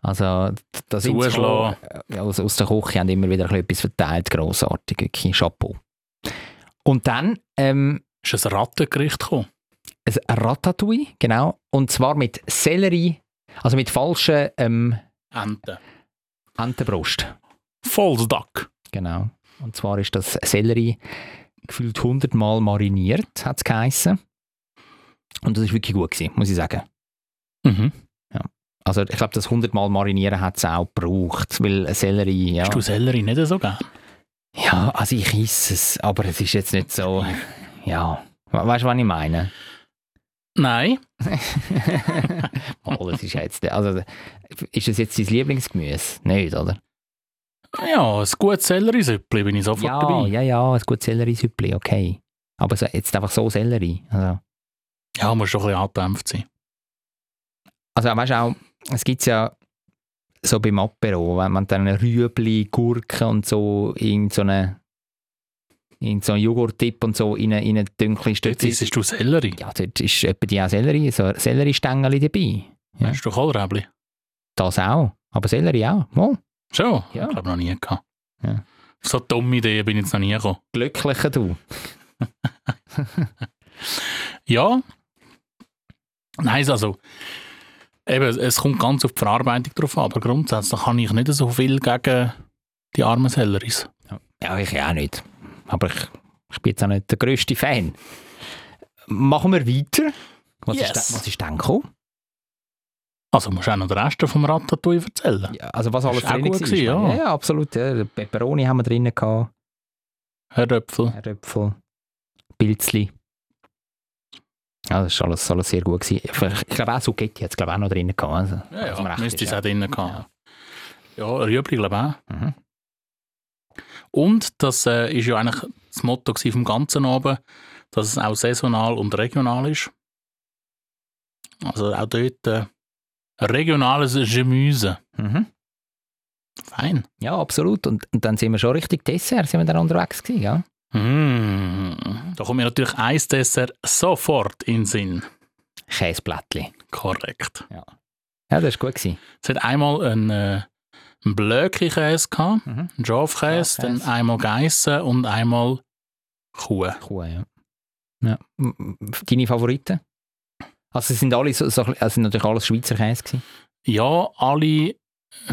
A: Also, d- das sind sie
B: Zuschlagen.
A: schon- äh, aus, aus der Küche haben immer wieder ein bisschen etwas verteilt, grossartig, wirklich, Chapeau. Und dann, ähm,
B: Ist ein Rattengericht gekommen?
A: ein Ratatouille, genau. Und zwar mit Sellerie, also mit falschen ähm,
B: Ente.
A: Entenbrust.
B: Volsdack.
A: Genau. Und zwar ist das Sellerie gefühlt 100 Mal mariniert, hat es geheissen. Und das ist wirklich gut gewesen, muss ich sagen.
B: Mhm.
A: Also ich glaube, das 100 Mal marinieren hat es auch gebraucht, weil Sellerie, ja.
B: Hast du Sellerie nicht so gern?
A: Ja, also ich esse es, aber es ist jetzt nicht so, ja. We- Weißt du, was ich meine?
B: Nein.
A: Mal, es ist ja jetzt, also ist es jetzt dein Lieblingsgemüse? Nicht, oder?
B: Ja, ein gutes Selleriesüppli bin ich sofort
A: ja,
B: dabei.
A: Ja, ja, ein gutes Selleriesüppli, okay. Aber so, jetzt einfach so Sellerie. Also,
B: Ja, muss schon ein bisschen angedämpft sein.
A: also weißt du auch, es gibt ja so beim Apero, wenn man dann Rüebli, Gurken und so in so eine in so einen Joghurt-Tipp und so in eine, in eine dunkle
B: Dort
A: Stütze.
B: isst du Sellerie.
A: Ja, dort ist etwa die auch Sellerie, so Selleriestängel dabei. Ja.
B: Hast du Kohlräbli?
A: Das auch. Aber Sellerie auch. Mal.
B: Schon?
A: Ja.
B: Ich glaube noch nie gehabt.
A: Ja.
B: So dumme Ideen bin ich jetzt noch nie gekommen.
A: Glücklicher du.
B: Ja. Nein, also eben, es kommt ganz auf die Verarbeitung drauf an, aber grundsätzlich kann ich nicht so viel gegen die armen Selleries.
A: Ja, ich auch nicht. Aber ich, ich bin jetzt auch nicht der grösste Fan. Machen wir weiter. Was,
B: Yes.
A: ist, da- was ist denn gekommen?
B: Also musst du auch noch den Rest vom Ratatouille erzählen.
A: Ja, also was alles
B: Ist auch
A: drin
B: gut
A: war.
B: gewesen, ja.
A: ja, ja, absolut. Ja. Peperoni haben wir drin, gehabt,
B: Herr Röpfel.
A: Erdöpfel, Pilzli. Ja, das war alles, alles sehr gut. Gewesen. Ich, ich glaube auch Suggetti hat es glaube ich, auch noch drin. Gehabt, also,
B: Ja,
A: dass man
B: ja.
A: recht
B: Müsste
A: ist,
B: es auch
A: ja.
B: drin haben. Ja, Rüebli glaube ich auch.
A: Mhm.
B: Und das äh, ist ja eigentlich das Motto gewesen vom ganzen Abend, dass es auch saisonal und regional ist. Also auch dort äh, regionales Gemüse.
A: Mhm.
B: Fein.
A: Ja, absolut. Und, und dann sind wir schon richtig Dessert, sind wir dann unterwegs gewesen, ja?
B: Mm. Da kommt mir natürlich ein Dessert sofort in den Sinn.
A: Käseblättli.
B: Korrekt.
A: Ja, das war gut. Gewesen.
B: Es hat einmal einen, äh, einen Blöcki-Käse gehabt,
A: Mhm.
B: einen Schafkäse, dann
A: Schafkäse.
B: einmal Geissen und einmal Kuh.
A: Kuh, ja. ja. M- m- Deine Favoriten? Also es sind alle so, so es sind natürlich alles Schweizer Käse gewesen.
B: Ja, alle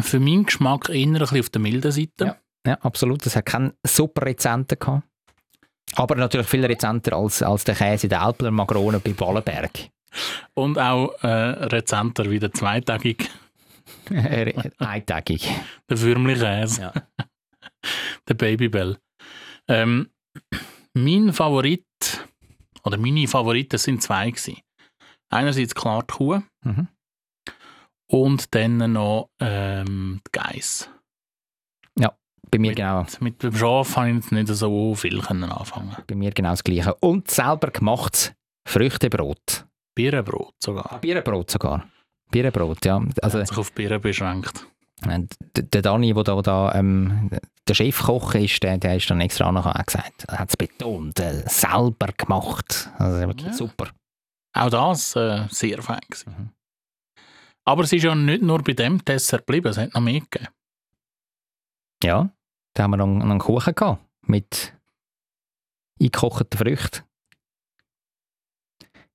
B: für meinen Geschmack eher ein bisschen auf der milden Seite.
A: Ja, absolut. Es hat keinen super Rezenten gehabt. Aber natürlich viel rezenter als, als der Käse in der Alpler Makrone bei Ballenberg.
B: Und auch äh, rezenter wieder zweitagig
A: Eintägig.
B: der Würmli-Käse,
A: Ja.
B: der Babybell. Ähm, mein Favorit, oder meine Favoriten sind zwei gewesen. Einerseits klar die Kuh
A: Mhm.
B: und dann noch ähm, die Geiss.
A: Bei mir genau.
B: Mit dem Schaf habe ich jetzt nicht so viel können anfangen.
A: Bei mir genau das Gleiche. Und selber gemachtes Früchtebrot.
B: Birnenbrot sogar.
A: Birnenbrot sogar. Birnenbrot, ja. Also,
B: Also, hat sich auf Birnen beschränkt.
A: äh, d- der Dani, der da, da ähm, der Chefkoch ist, der, der ist dann extra nachher auch gesagt. Er hat es betont. Äh, selber gemacht. Also wirklich
B: Ja.
A: super.
B: Auch das äh, sehr fein. gewesen.
A: Mhm.
B: Aber es ist ja nicht nur bei dem Dessert geblieben, es hat noch mehr gegeben.
A: Ja. Da haben wir noch einen einen Kuchen gehabt. Mit eingekochten Früchten.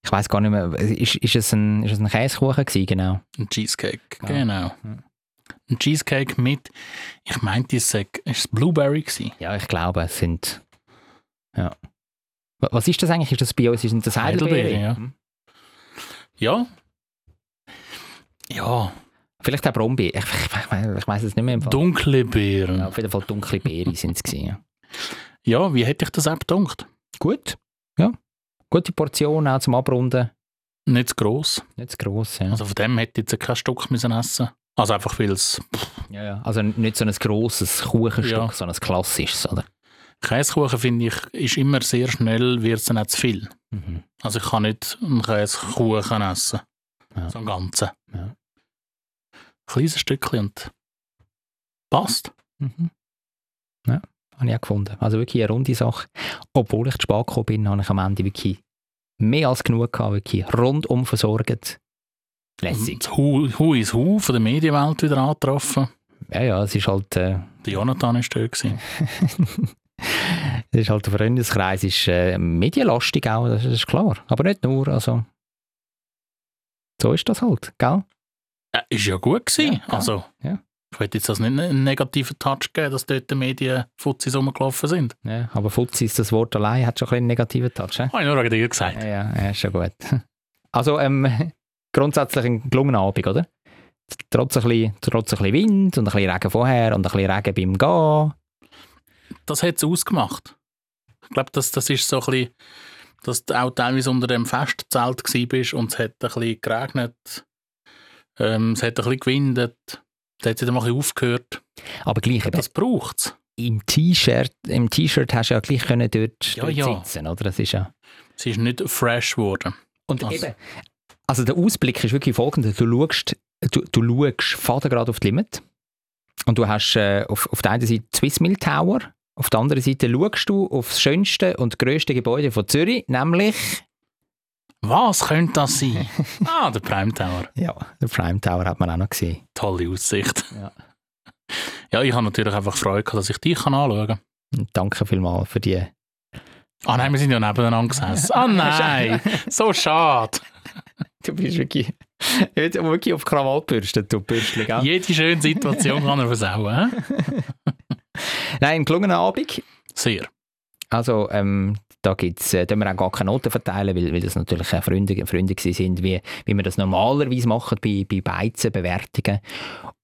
A: Ich weiß gar nicht mehr, ist, ist, es ein, ist es ein Käsekuchen gewesen, genau?
B: Ein Cheesecake,
A: Ja.
B: genau.
A: Ja.
B: Ein Cheesecake mit, ich meinte, es sei- ist es Blueberry gewesen.
A: Ja, ich glaube, es sind. Ja. Wa- Was ist das eigentlich? Ist das bei uns? Sind das
B: Heidelbeere,
A: Heidelbeere?
B: ja.
A: Hm.
B: Ja. Ja,
A: Vielleicht auch Brombeere. Ich, ich, ich, ich weiß es nicht mehr im Fall.
B: dunkle Beeren.
A: ja,
B: Ja.
A: auf jeden Fall dunkle Beere sind es. gewesen, Ja.
B: wie hätte ich das auch bedunkt?
A: Gut. Ja. Gute Portion auch zum Abrunden.
B: Nicht zu gross.
A: Nicht zu gross. Ja.
B: Also von dem hätte ich jetzt kein Stück müssen essen Also einfach, weil es
A: Ja, ja. also nicht so ein grosses Kuchenstück,
B: Ja.
A: sondern ein klassisches, oder?
B: Käsekuchen, finde ich, ist immer sehr schnell, wird es dann auch zu viel.
A: Mhm.
B: Also ich kann nicht einen Käsekuchen essen.
A: Ja.
B: So einen ganzen.
A: Ja.
B: Ein kleines Stückchen und passt.
A: Mhm. Ja, habe ich auch gefunden. Also wirklich eine runde Sache. Obwohl ich zu spät gekommen bin, habe ich am Ende wirklich mehr als genug gehabt, wirklich rundum versorgt. Lässig.
B: Das Hu, Hu is Hu von der Medienwelt wieder angetroffen.
A: Ja, ja, es ist halt, äh,
B: Der Jonathan war da. gewesen.
A: es ist halt der Freundeskreis ist äh, medienlastig auch, das ist klar. Aber nicht nur, also. So ist das halt, gell?
B: Äh, ist ja gut
A: Ja,
B: gewesen.
A: klar.
B: also,
A: Ja.
B: ich will jetzt das nicht einen negativen Touch geben, dass dort die Medienfuzis rumgelaufen sind.
A: Ja, aber Fuzzi ist das Wort allein, hat schon ein bisschen einen negativen Touch, hä?
B: Habe ich nur wegen dir gesagt.
A: Ja, ja, ja, ist schon gut. Also ähm, grundsätzlich ein gelungener Abend, oder? Trotz ein, bisschen, trotz ein bisschen Wind und ein bisschen Regen vorher und ein bisschen Regen beim Gehen.
B: Das hat es ausgemacht. Ich glaube, das, das ist so ein bisschen, dass du auch teilweise unter dem Festzelt warst und es hat ein bisschen geregnet. Ähm, es hat ein bisschen gewindet. Es hat wieder mal ein bisschen aufgehört.
A: Aber gleich,
B: Das braucht es.
A: im T-Shirt im T-Shirt hast du ja gleich können dort,
B: Ja,
A: dort
B: ja.
A: sitzen oder? Das ist ja...
B: Es ist nicht fresh geworden.
A: Und
B: Also-
A: eben, also der Ausblick ist wirklich folgender. Du schaust, du, du schaust Faden gerade auf die Limit und du hast äh, auf, auf der einen Seite die Swissmill Tower, auf der anderen Seite schaust du auf das schönste und grösste Gebäude von Zürich, nämlich...
B: Was könnte das sein? ah, der Prime Tower.
A: Ja, der Prime Tower hat man auch noch gesehen.
B: Tolle Aussicht.
A: Ja.
B: Ja, ich habe natürlich einfach Freude gehabt, dass ich dich kann anschauen kann.
A: Und Danke vielmals für die.
B: Ah nein, wir sind ja nebeneinander gesessen. Ah nein, so schade.
A: Du bist wirklich, wirklich auf Krawall bürstet, du Bürstling. Ja.
B: Jede schöne Situation kann er versauen. hä?
A: Nein, ein gelungener Abend.
B: Sehr.
A: Also, ähm, da gibt's, äh, da wir auch gar keine Noten verteilen, weil, weil das natürlich auch Freunde, Freunde gewesen sind, wie, wie wir das normalerweise machen bei, bei Beizenbewertungen.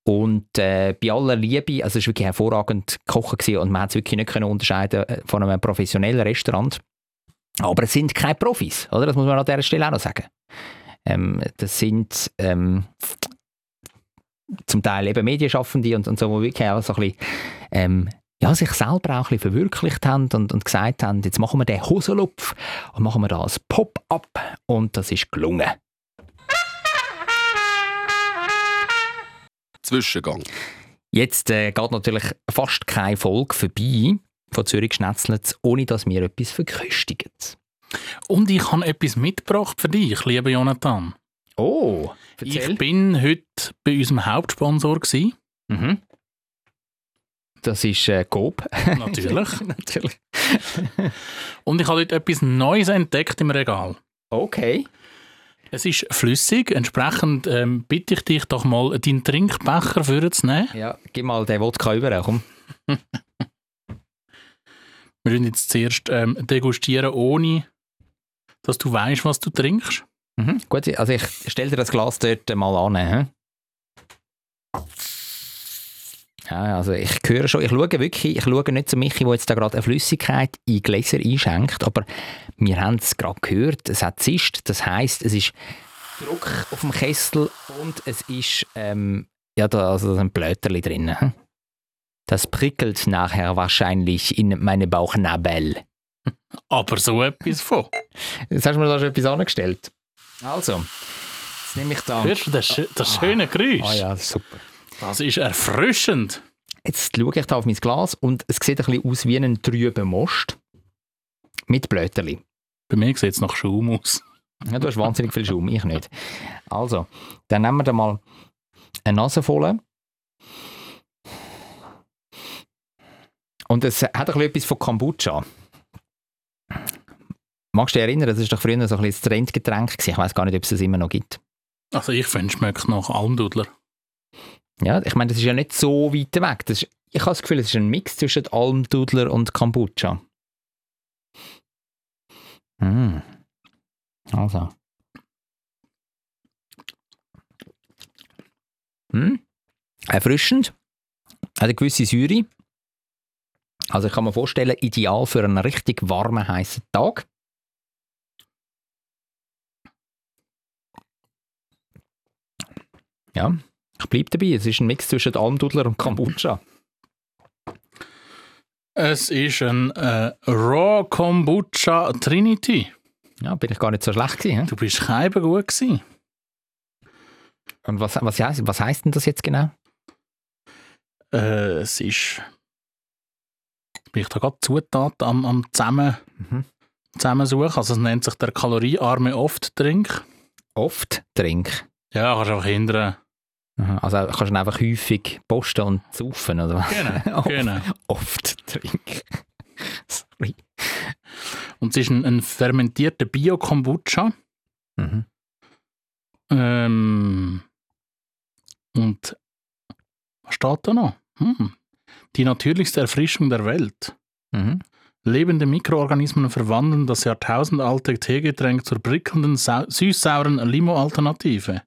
A: Und äh, bei aller Liebe, also es war wirklich hervorragend gekocht gewesen und man hat es wirklich nicht können unterscheiden äh, von einem professionellen Restaurant. Aber es sind keine Profis, oder? Das muss man an dieser Stelle auch noch sagen. Ähm, das sind ähm, zum Teil eben Medienschaffende und, und so, die wirklich auch so ein bisschen ähm, ja, sich selber auch ein bisschen verwirklicht haben und, und gesagt haben, jetzt machen wir den Hosenlupf und machen wir da ein Pop-up und das ist gelungen.
F: Zwischengang.
A: Jetzt äh, geht natürlich fast keine Folge vorbei von Zürich Schnetzlitz, ohne dass wir etwas verköstigen.
B: Und ich habe etwas mitgebracht für dich, lieber Jonathan.
A: Oh,
B: Ich bin heute bei unserem Hauptsponsor gsi.
A: Mhm. Das ist äh, Coop.
B: natürlich.
A: Natürlich.
B: Und ich habe heute etwas Neues entdeckt im Regal.
A: Okay.
B: Es ist flüssig, entsprechend ähm, bitte ich dich doch mal, deinen Trinkbecher vorzunehmen.
A: Ja, gib mal den Wodka über, komm.
B: Wir müssen jetzt zuerst ähm, degustieren, ohne dass du weißt, was du trinkst.
A: Mhm. Gut, also ich stelle dir das Glas dort mal an. hä? Ja, also ich höre schon, ich schaue wirklich, ich schaue nicht zu Michi, der jetzt da gerade eine Flüssigkeit in Gläser einschenkt, aber wir haben es gerade gehört, es hat zischt, das heisst, es ist Druck auf dem Kessel und es ist, ähm, ja, da, also da sind Blöterli drin. hä? Das prickelt nachher wahrscheinlich in meine Bauchnabel.
B: Aber so etwas von.
A: Jetzt hast du mir da schon etwas angestellt. Also, jetzt nehme ich da...
B: Hörst du das, schö- das schöne Geräusch?
A: Ah ja, super.
B: Das ist erfrischend.
A: Jetzt schaue ich da auf mein Glas und es sieht ein bisschen aus wie ein trüber Most. Mit Blöterli.
B: Bei mir sieht es nach Schaum aus.
A: Ja, du hast wahnsinnig viel Schaum, ich nicht. Also, dann nehmen wir da mal eine Nase voll. Und es hat ein bisschen etwas von Kombucha. Magst du dich erinnern, das war doch früher so ein bisschen das Trendgetränk. gewesen. Ich weiß gar nicht, ob es das immer noch gibt.
B: Also ich finde, es schmeckt nach Almdudler.
A: Ja, ich meine, das ist ja nicht so weit weg. Das ist, ich habe das Gefühl, es ist ein Mix zwischen Almdudler und Kombucha. Mm. Also. Mm. Erfrischend. Hat eine gewisse Säure. Also ich kann mir vorstellen, ideal für einen richtig warmen, heißen Tag. Ja, ich bleibe dabei. Es ist ein Mix zwischen Almdudler und Kombucha.
B: Es ist ein äh, Raw Kombucha Trinity.
A: Ja, bin ich gar nicht so schlecht gewesen. hä?
B: Du bist kein gut gewesen.
A: Und was, was, heisst, was heisst denn das jetzt genau?
B: Äh, es ist... Bin ich da gerade die Zutaten am, am zusammen,
A: Mhm.
B: zusammensuchen? Also es nennt sich der kaloriearme Oft-Trink.
A: Oft Trink.
B: Ja, kannst einfach hindern.
A: Aha, Also kannst du einfach häufig posten und saufen, oder was?
B: Genau,
A: Oft-
B: genau.
A: Oft Trink. Sorry.
B: Und es ist ein, ein fermentierter Bio-Kombucha.
A: Mhm.
B: Ähm, und was steht da noch? Hm. Die natürlichste Erfrischung der Welt.
A: Mhm.
B: Lebende Mikroorganismen verwandeln das jahrtausendalte Teegetränk zur prickelnden, sau süß-sauren Limo-Alternative.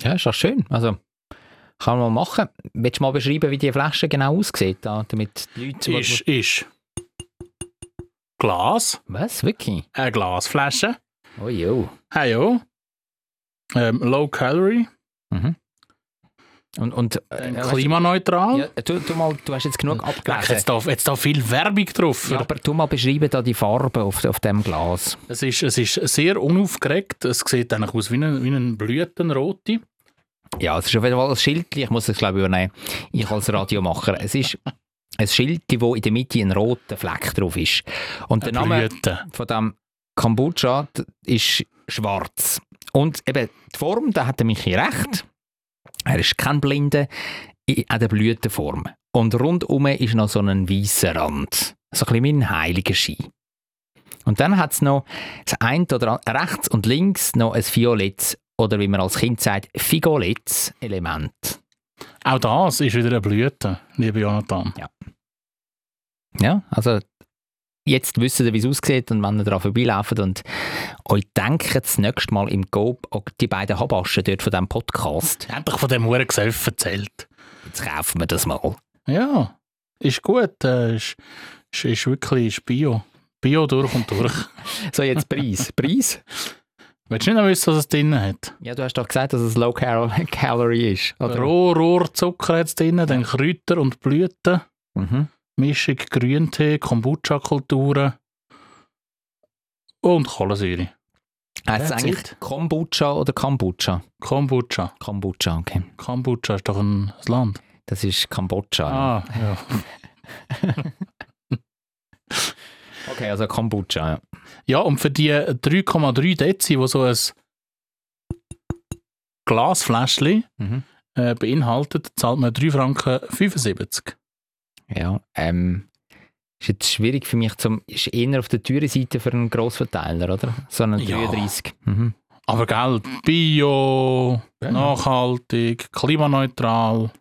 A: Ja, ist doch schön. Also, kann man mal machen. Willst du mal beschreiben, wie die Flasche genau aussieht, da, damit die Leute...
B: Ist, ist Glas,
A: Was? Wirklich?
B: eine Glasflasche,
A: Oh jo.
B: hey jo. Ähm, low calorie,
A: Und, und äh,
B: ähm,
A: ja,
B: klimaneutral.
A: weißt du- Ja, tu, tu, mal, du hast jetzt genug
B: Leck,
A: abgelesen.
B: jetzt, da, jetzt da viel Werbung drauf.
A: Ja, aber tu mal beschreiben da die Farbe auf, auf dem Glas.
B: Es ist, es ist sehr unaufgeregt. Es sieht eigentlich aus wie ein, wie ein Blütenrote.
A: Ja, es ist auf jeden Fall ein Schild, ich muss es glaube ich übernehmen, ich als Radiomacher. Es ist ein Schild, wo in der Mitte ein roter Fleck drauf ist. Und der Name
B: Blüte.
A: von dem Kombucha d- ist schwarz. Und eben die Form, da hat der Michi recht. Er ist kein Blinde in an der Blütenform. Und rundum ist noch so ein weißer Rand. So ein bisschen wie ein heiliger Schein. Und dann hat es noch das eine oder andere, rechts und links noch ein violettes oder wie man als Kind sagt, figolettes Element.
B: Auch das ist wieder eine Blüte, lieber Jonathan.
A: Ja, also jetzt wisst ihr, wie es aussieht und wenn ihr daran vorbeilaufen und euch denkt, das nächste Mal im Go die beiden Habaschen dort von diesem Podcast,
B: Ich habe doch von dem Huren Gesöff erzählt.
A: jetzt kaufen wir das mal.
B: Ja, ist gut. Äh, ist, ist, ist wirklich ist Bio. Bio durch und durch.
A: So, jetzt Preis. Preis?
B: Willst du nicht noch wissen, was es drin hat?
A: Ja, du hast doch gesagt, dass es Low Cal Calorie ist. Oder?
B: Rohr, Rohrzucker hat es drin, dann Kräuter und Blüten,
A: Mhm.
B: Mischung Grüntee, Kombucha-Kulturen und Kohlensäure.
A: Heißt Ah, es
B: That's
A: eigentlich
B: it.
A: Kombucha oder Kombucha?
B: Kombucha.
A: Kombucha, okay.
B: Kombucha ist doch ein ein Land.
A: Das ist Kambodscha. ja.
B: Ah, ja.
A: Okay, also Kombucha, ja.
B: ja, und für die 3,3 Dezi, die so ein Glasfläschchen
A: Mhm.
B: äh, beinhaltet, zahlt man 3,75 Franken.
A: Ja, ähm, ist jetzt schwierig für mich zum, ist eher auf der teuren Seite für einen Grossverteiler, oder? So einen
B: Ja.
A: 33. Mhm.
B: Aber gell, Bio,
A: Ja.
B: nachhaltig, klimaneutral.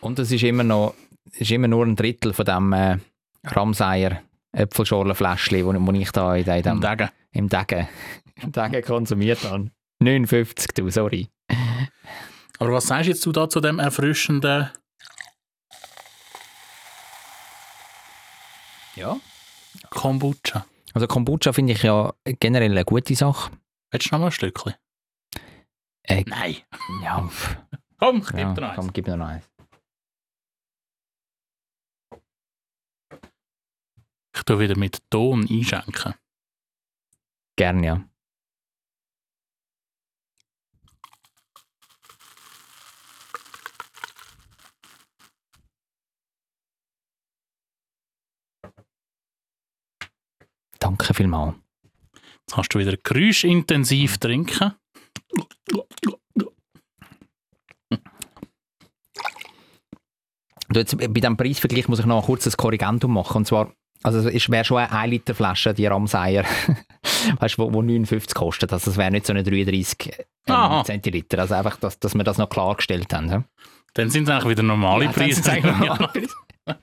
A: Und es ist immer noch, ist immer nur ein Drittel von dem äh, Ramsayer Äpfelschorlenfläschchen, wo, wo ich da in dem,
B: Und eben,
A: im Degen, im Degen konsumiert habe. 59, du, sorry.
B: Aber was sagst jetzt du da zu dem erfrischenden?
A: Ja.
B: Kombucha.
A: Also Kombucha finde ich ja generell eine gute Sache.
B: Willst du noch mal ein Stückchen?
A: Äh,
B: Nein.
A: ja, pff,
B: Komm, gib
A: ja,
B: dir noch eins.
A: komm, gib mir noch eins.
B: Ich tu wieder mit Ton einschenken.
A: Gerne, ja. Danke vielmals.
B: Jetzt kannst du wieder
A: Mhm.
B: geräuschintensiv trinken.
A: Du, jetzt, bei diesem Preisvergleich muss ich noch ein kurzes Korrigendum machen. Und zwar, also es wäre schon eine 1 Liter Flasche, die Ramseier, weißt du, wo, wo 59 kostet. Also es wäre nicht so eine 33 ähm,
B: Aha.
A: Zentiliter. Also einfach, dass, dass wir das noch klargestellt haben. hä?
B: Dann sind es eigentlich wieder normale
A: Ja, dann
B: Preise.
A: sind es eigentlich normale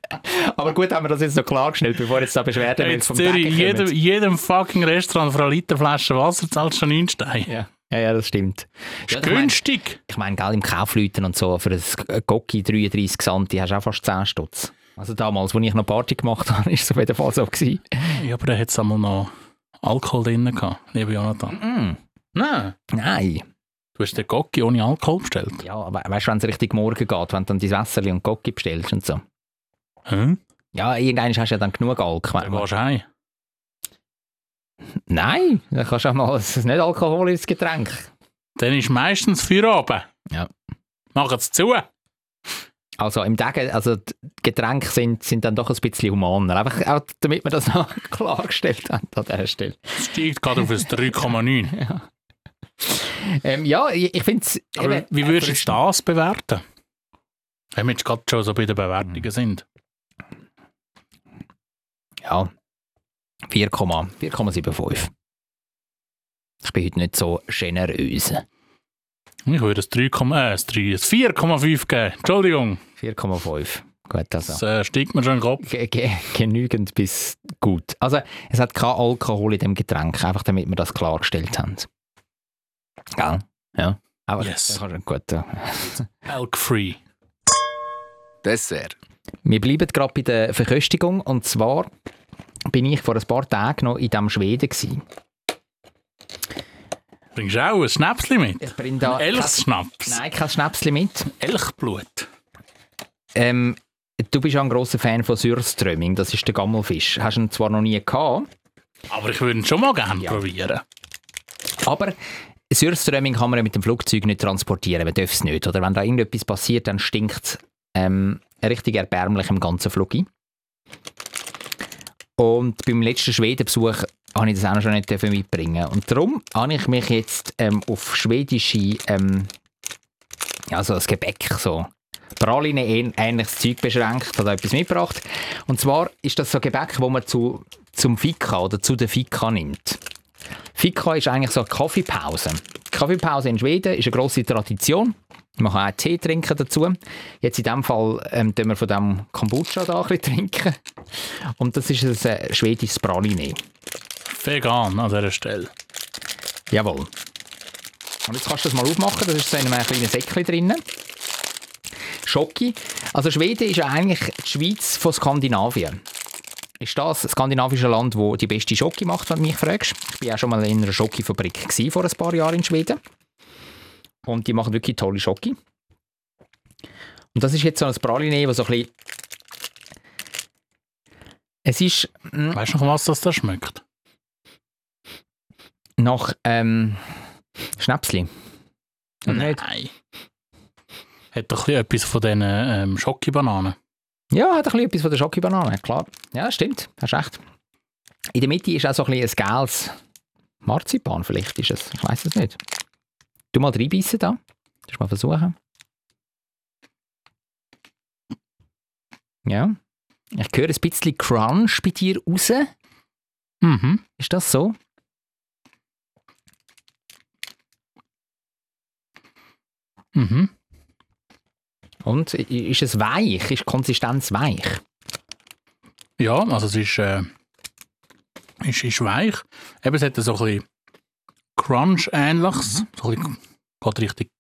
A: Aber gut, haben wir das jetzt noch klargestellt, bevor jetzt da Beschwerden
B: Ja,
A: mit
B: jetzt
A: vom
B: Zürich,
A: Degen
B: jedem,
A: kommen.
B: jedem fucking Restaurant für eine Literflasche Wasser zahlst du schon 9 Steine.
A: Ja. ja, ja, das stimmt. Ja, ich meine,
B: Günstig!
A: ich mein, gell, im Kaufleuten und so, für ein Gocki 33 Santi hast du auch fast 10 Stutz. Also damals, als ich noch Party gemacht habe, war es auf jeden Fall so. Gewesen.
B: Ja, aber der hat es einmal noch Alkohol drin gehabt, lieber Jonathan.
A: Mm,
B: Nein.
A: nein.
B: Du hast den Gocki ohne Alkohol bestellt.
A: Ja, aber weißt du, wenn es richtig morgen geht, wenn du dann dein Wässerli und Gocki bestellst und so.
B: Hm?
A: Ja, irgendwann hast du ja dann genug Alk.
B: Dann gehst du heim.
A: Nein, dann kannst du auch mal ein nicht alkoholisches Getränk.
B: Dann ist meistens Feierabend.
A: Ja.
B: Mach es zu.
A: Also im Degen, also die Getränke sind, sind dann doch ein bisschen humaner. Einfach auch, damit wir das noch klargestellt haben an dieser Stelle.
B: Es steigt gerade auf ein 3,9.
A: Ähm, ja, ich, äh, ich finde es...
B: Aber wie würdest du jetzt das bewerten? Wenn wir jetzt gerade schon so bei
A: Mhm.
B: den Bewertungen sind.
A: Ja, 4, 4,75. Ich bin heute nicht so generös.
B: Ich würde es 3, äh, es 3, es 4,5 geben. Entschuldigung.
A: 4,5. Gut, also...
B: Das äh, steigt mir schon in den Kopf.
A: Ge- ge- genügend bis gut. Also es hat kein Alkohol in dem Getränk, einfach damit wir das klargestellt haben. Gell? Ja. Aber
B: Yes.
A: Ja, gut. ja.
B: Elk-free.
F: Dessert.
A: Wir bleiben gerade bei der Verköstigung und zwar bin ich vor ein paar Tagen noch in dem Schweden gewesen.
B: Bringst du auch ein Schnäpschen mit?
A: Ich bringe da kein,
B: Elchschnaps.
A: nein, kein Schnäpschen mit.
B: Elchblut.
A: Ähm, du bist ja ein großer Fan von Sürströmming, das ist der Gammelfisch. Hast du ihn zwar noch nie gehabt,
B: Aber ich würde ihn schon mal gerne probieren.
A: Aber Surströmming kann man ja mit dem Flugzeug nicht transportieren, man darf es nicht. Oder wenn da irgendetwas passiert, dann stinkt es ähm, richtig erbärmlich im ganzen Flug. ein. Und beim letzten Schwedenbesuch habe ich das auch noch schon nicht dürfen mitbringen. Und darum habe ich mich jetzt ähm, auf schwedische, ähm, ja, so ein Gebäck, so Praline ähn- ähnliches Zeug beschränkt, hat etwas mitgebracht. Und zwar ist das so Gebäck, wo man zu, zum Fika oder zu der Fika nimmt. Fika ist eigentlich so eine Kaffeepause. Die Kaffeepause in Schweden ist eine grosse Tradition. Man kann auch Tee trinken dazu. Jetzt in diesem Fall ähm, tun wir von dem Kombucha da ein bisschen trinken. Und das ist ein äh, schwedisches Praline.
B: Vegan an dieser Stelle.
A: Jawohl. Und jetzt kannst du das mal aufmachen, das ist so in einem kleinen Säckchen drin. Schocki. Also Schweden ist ja eigentlich die Schweiz von Skandinavien. Ist das skandinavische Land, wo die beste Schocke macht, wenn du mich fragst? Ich war auch schon mal in einer Schokifabrik gewesen, vor ein paar Jahren in Schweden. Und die machen wirklich tolle Schocke. Und das ist jetzt so ein Praline, das so ein bisschen... Es ist... mm,
B: Weißt du noch, was das da schmeckt?
A: nach ähm, Schnäpsli. Oder
B: Mhm.
A: nicht?
B: Nein. Hat doch ein bisschen etwas von diesen ähm, Schokobananen.
A: Ja, hat ein bisschen etwas von der Schokibanane, klar. Ja, stimmt, hast recht. In der Mitte ist auch so ein, bisschen ein gelbes Marzipan, vielleicht ist es. Ich weiß es nicht. Du mal reinbeissen da. Das mal versuchen. Ja. Ich höre ein bisschen Crunch bei dir raus.
B: Mhm.
A: Ist das so?
B: Mhm.
A: Und i- ist es weich? Ist die Konsistenz weich?
B: Ja, also es ist äh, ist, ist weich. Eben, es hat so ein bisschen Crunch-ähnliches.
A: Mhm.
B: So ein bisschen, geht richtig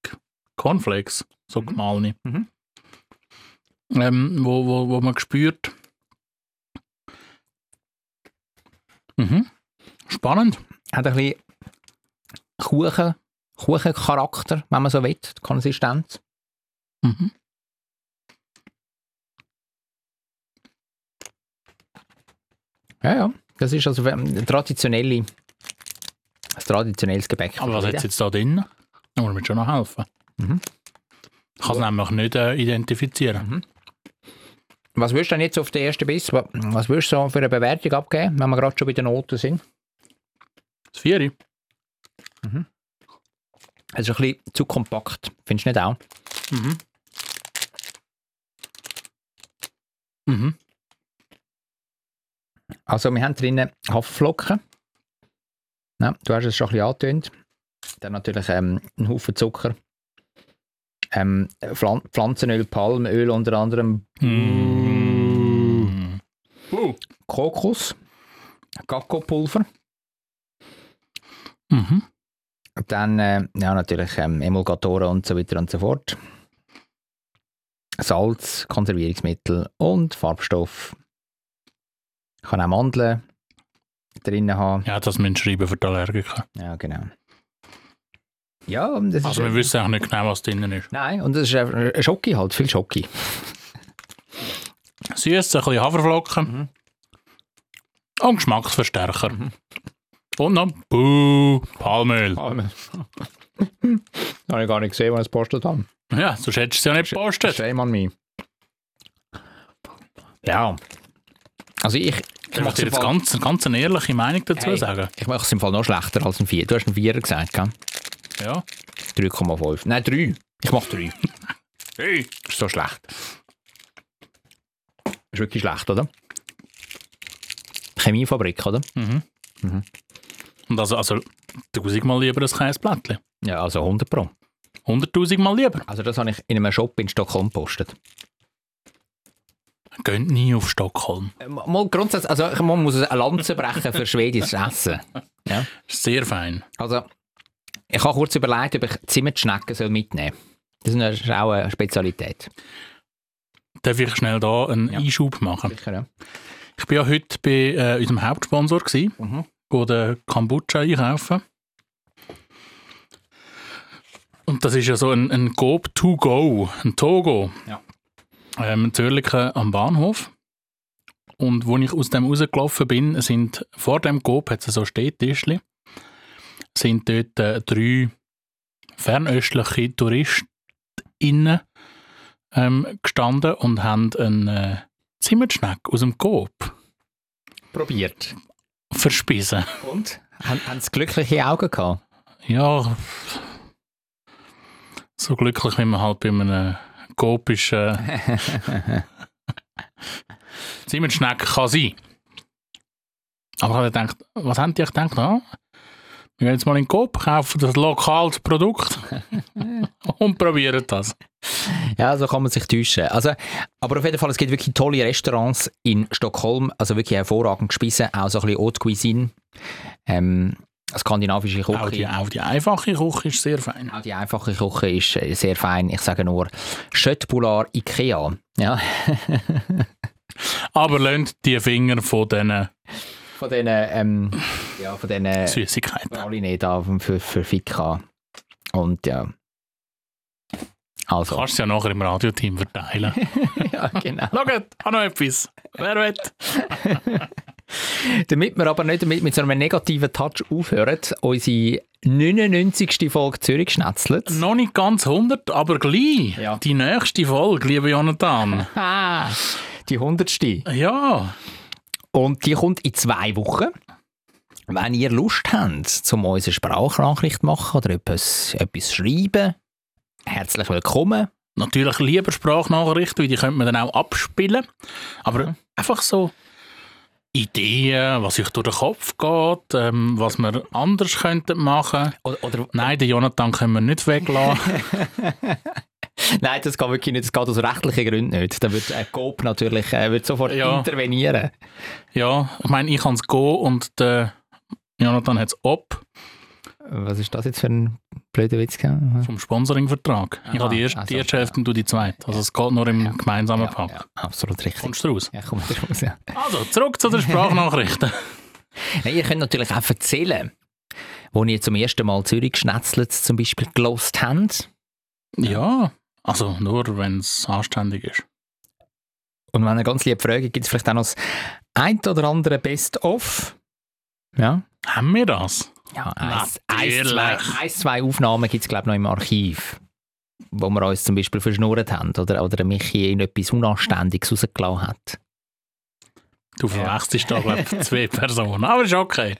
B: Cornflakes, so gemahlene.
A: Mhm.
B: Ähm, wo, wo, wo man spürt. Mhm. Spannend.
A: Hat ein bisschen Kuchen, Kuchencharakter, wenn man so will, die Konsistenz.
B: Mhm.
A: Ja, ja. Das ist also ein traditionelle, ein traditionelles Gebäck.
B: Aber was hat es jetzt da drin? Da muss mir schon noch helfen.
A: Mhm.
B: Ich kann es nämlich nicht äh, identifizieren.
A: Was würdest du denn jetzt auf den ersten Biss, wa- was würdest du so für eine Bewertung abgeben, wenn wir gerade schon bei den Noten sind?
B: Das Vieri.
A: Es ist ein bisschen zu kompakt, findest du nicht auch?
B: Mhm. Mhm.
A: Also wir haben drinnen Haferflocken. Ja, du hast es schon ein bisschen angetönt. Dann natürlich ähm, einen Haufen Zucker. Ähm, Pflan Pflanzenöl, Palmöl unter anderem,
B: Mhm.
A: Kokos, Kakopulver.
B: Mhm.
A: Dann äh, ja, natürlich ähm, Emulgatoren und so weiter und so fort. Salz, Konservierungsmittel und Farbstoff. Ich kann auch Mandeln drinnen haben.
B: Ja, das müssen Sie schreiben für die Allergiker.
A: Ja, genau. Ja, das
B: Also
A: ist...
B: wir wissen eigentlich nicht genau, was drinnen ist.
A: Nein, und es ist einfach ein Schocki halt, viel Schocki.
B: Süß, ein bisschen Haferflocken.
A: Mhm.
B: Und Geschmacksverstärker. Und noch Buh, Palmöl.
A: das Ah, habe ich gar nicht gesehen, als ich es postet habe.
B: Ja, sonst hättest du es ja nicht gepostet.
A: Shame on me. Ja. Also ich...
B: Ich möchte dir
A: im
B: jetzt
A: Fall,
B: ganz, ganz eine ehrliche Meinung dazu
A: Hey.
B: sagen.
A: ich mache es im Fall noch schlechter als ein 4. Du hast einen 4 gesagt, gell?
B: Ja.
A: 3,5. Nein, 3. Ich mache 3.
B: Hey.
A: Ist so schlecht. Ist wirklich schlecht, oder? Chemiefabrik, oder?
B: Und also, also tausendmal lieber ein kleines Blättchen.
A: Ja, also 100 pro.
B: Hunderttausendmal lieber.
A: Also das habe ich in einem Shop in Stockholm gepostet.
B: Geht nie auf Stockholm.
A: Ähm, Mal grundsätzlich, also man muss eine Lanze brechen für schwedisches Essen.
B: Ist sehr fein.
A: Also, ich habe kurz überlegt, ob ich Zimmerschnecken soll mitnehmen soll. Das ist auch eine Spezialität.
B: Darf ich schnell da einen
A: Ja.
B: Einschub machen?
A: Sicher, ja.
B: Ich war ja heute bei äh, unserem Hauptsponsor, gewesen,
A: Mhm.
B: wo der Kombucha einkaufen. Und das ist ja so ein, ein Gob to go, ein Togo.
A: Ja.
B: Ähm, in Zürich am Bahnhof. Und wo ich aus dem rausgelaufen bin, sind vor dem Gob, hat es so Stehtischli, sind dort äh, drei fernöstliche TouristInnen ähm, gestanden und haben einen äh, Zimmerschneck aus dem Gob
A: Probiert.
B: verspeisen.
A: Und? Haben, haben sie glückliche Augen gehabt?
B: Ja, so glücklich, wie man halt bei einem äh. kopischen Zimmerschneck kann sein. Aber ich habe gedacht, was haben die eigentlich gedacht? Ah, wir gehen jetzt mal in den Coop, kaufen das lokales Produkt und probieren das.
A: Ja, so kann man sich täuschen. Also, aber auf jeden Fall, es gibt wirklich tolle Restaurants in Stockholm, also wirklich hervorragend gespissen, auch so ein bisschen Haute Cuisine, ähm, skandinavische Küche.
B: Auch, die, auch die einfache Küche ist sehr fein.
A: Auch die einfache Küche ist äh, sehr fein. Ich sage nur Schöttbular Ikea. Ja,
B: Aber lönt die Finger von diesen
A: von diesen ähm, ja, von diesen
B: Süßigkeiten.
A: Pralinen da für, für Fika. Und ja. Also.
B: Kannst du ja nachher im Radioteam verteilen.
A: ja, genau.
B: Schaut, habe noch etwas. Wer will?
A: Damit wir aber nicht mit, mit so einem negativen Touch aufhören, unsere 99. Folge Zürich schnetzelt.
B: Noch nicht ganz 100, aber gleich.
A: Ja.
B: Die nächste Folge, lieber Jonathan.
A: Ah, die 100.
B: ja,
A: Und die kommt in zwei Wochen. Wenn ihr Lust habt, um uns eine Sprachnachricht zu machen oder etwas, etwas schreiben, herzlich willkommen.
B: natürlich lieber Sprachnachrichten, weil die könnte man dann auch abspielen. Aber einfach so Ideen, was euch durch den Kopf geht, ähm, was wir anders könnten machen.
A: Oder, oder
B: Nein, den Jonathan können wir nicht weglassen.
A: Nein, das geht wirklich nicht. Das geht aus rechtlichen Gründen nicht. Da wird ein GOP natürlich äh, wird sofort
B: Ja.
A: intervenieren.
B: Ja, ich meine, ich kann es go und der Jonathan hat es ob
A: Was ist das jetzt für ein blöder Witz? gewesen?
B: vom Sponsoringvertrag. Ich
A: Ah,
B: habe die erste,
A: also,
B: die erste
A: ja.
B: Hälfte und du die zweite. Also es geht nur im gemeinsamen Pakt.
A: absolut richtig.
B: Kommst du raus?
A: Ja, komm, das muss ja.
B: Also, zurück zu den Sprachnachrichten.
A: Nein, ihr könnt natürlich auch erzählen, wo ihr zum ersten Mal Zürich geschnetzelt zum Beispiel gelost habt.
B: ja, also nur, wenn es anständig ist.
A: Und wenn ihr ganz lieb fragt, gibt es vielleicht auch noch das ein oder andere Best-of. Ja,
B: Haben wir das?
A: ja eins, eins,
B: Natürlich.
A: zwei, eins, zwei Aufnahmen gibt es, glaube ich, noch im Archiv, wo wir uns zum Beispiel verschnurrt haben oder, oder der Michi in etwas Unanständiges rausgelassen hat.
B: Du verwechselst da, glaube ich, zwei Personen. Aber ist okay.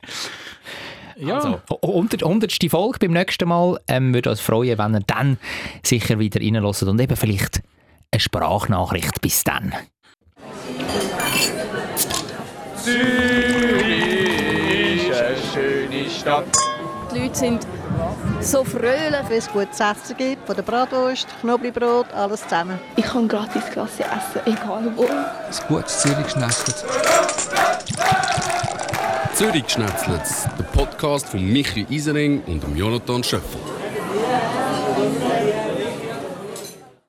B: Ja,
A: Also, 100, 100. Folge beim nächsten Mal. Ähm, würde uns freuen, wenn ihr dann sicher wieder reinlässt und eben vielleicht eine Sprachnachricht bis dann.
C: Zürich ist eine schöne Stadt.
D: Die Leute sind so fröhlich.
E: Wenn es gutes Essen gibt, von der Bratwurst, Knoblauchbrot, alles zusammen.
D: Ich kann gratis Klasse essen, egal wo.
F: Ein gutes Zürich Schnetzlitz. Zürich Schnetzlitz, der Podcast von Michi Isering und dem Jonathan Schöffel.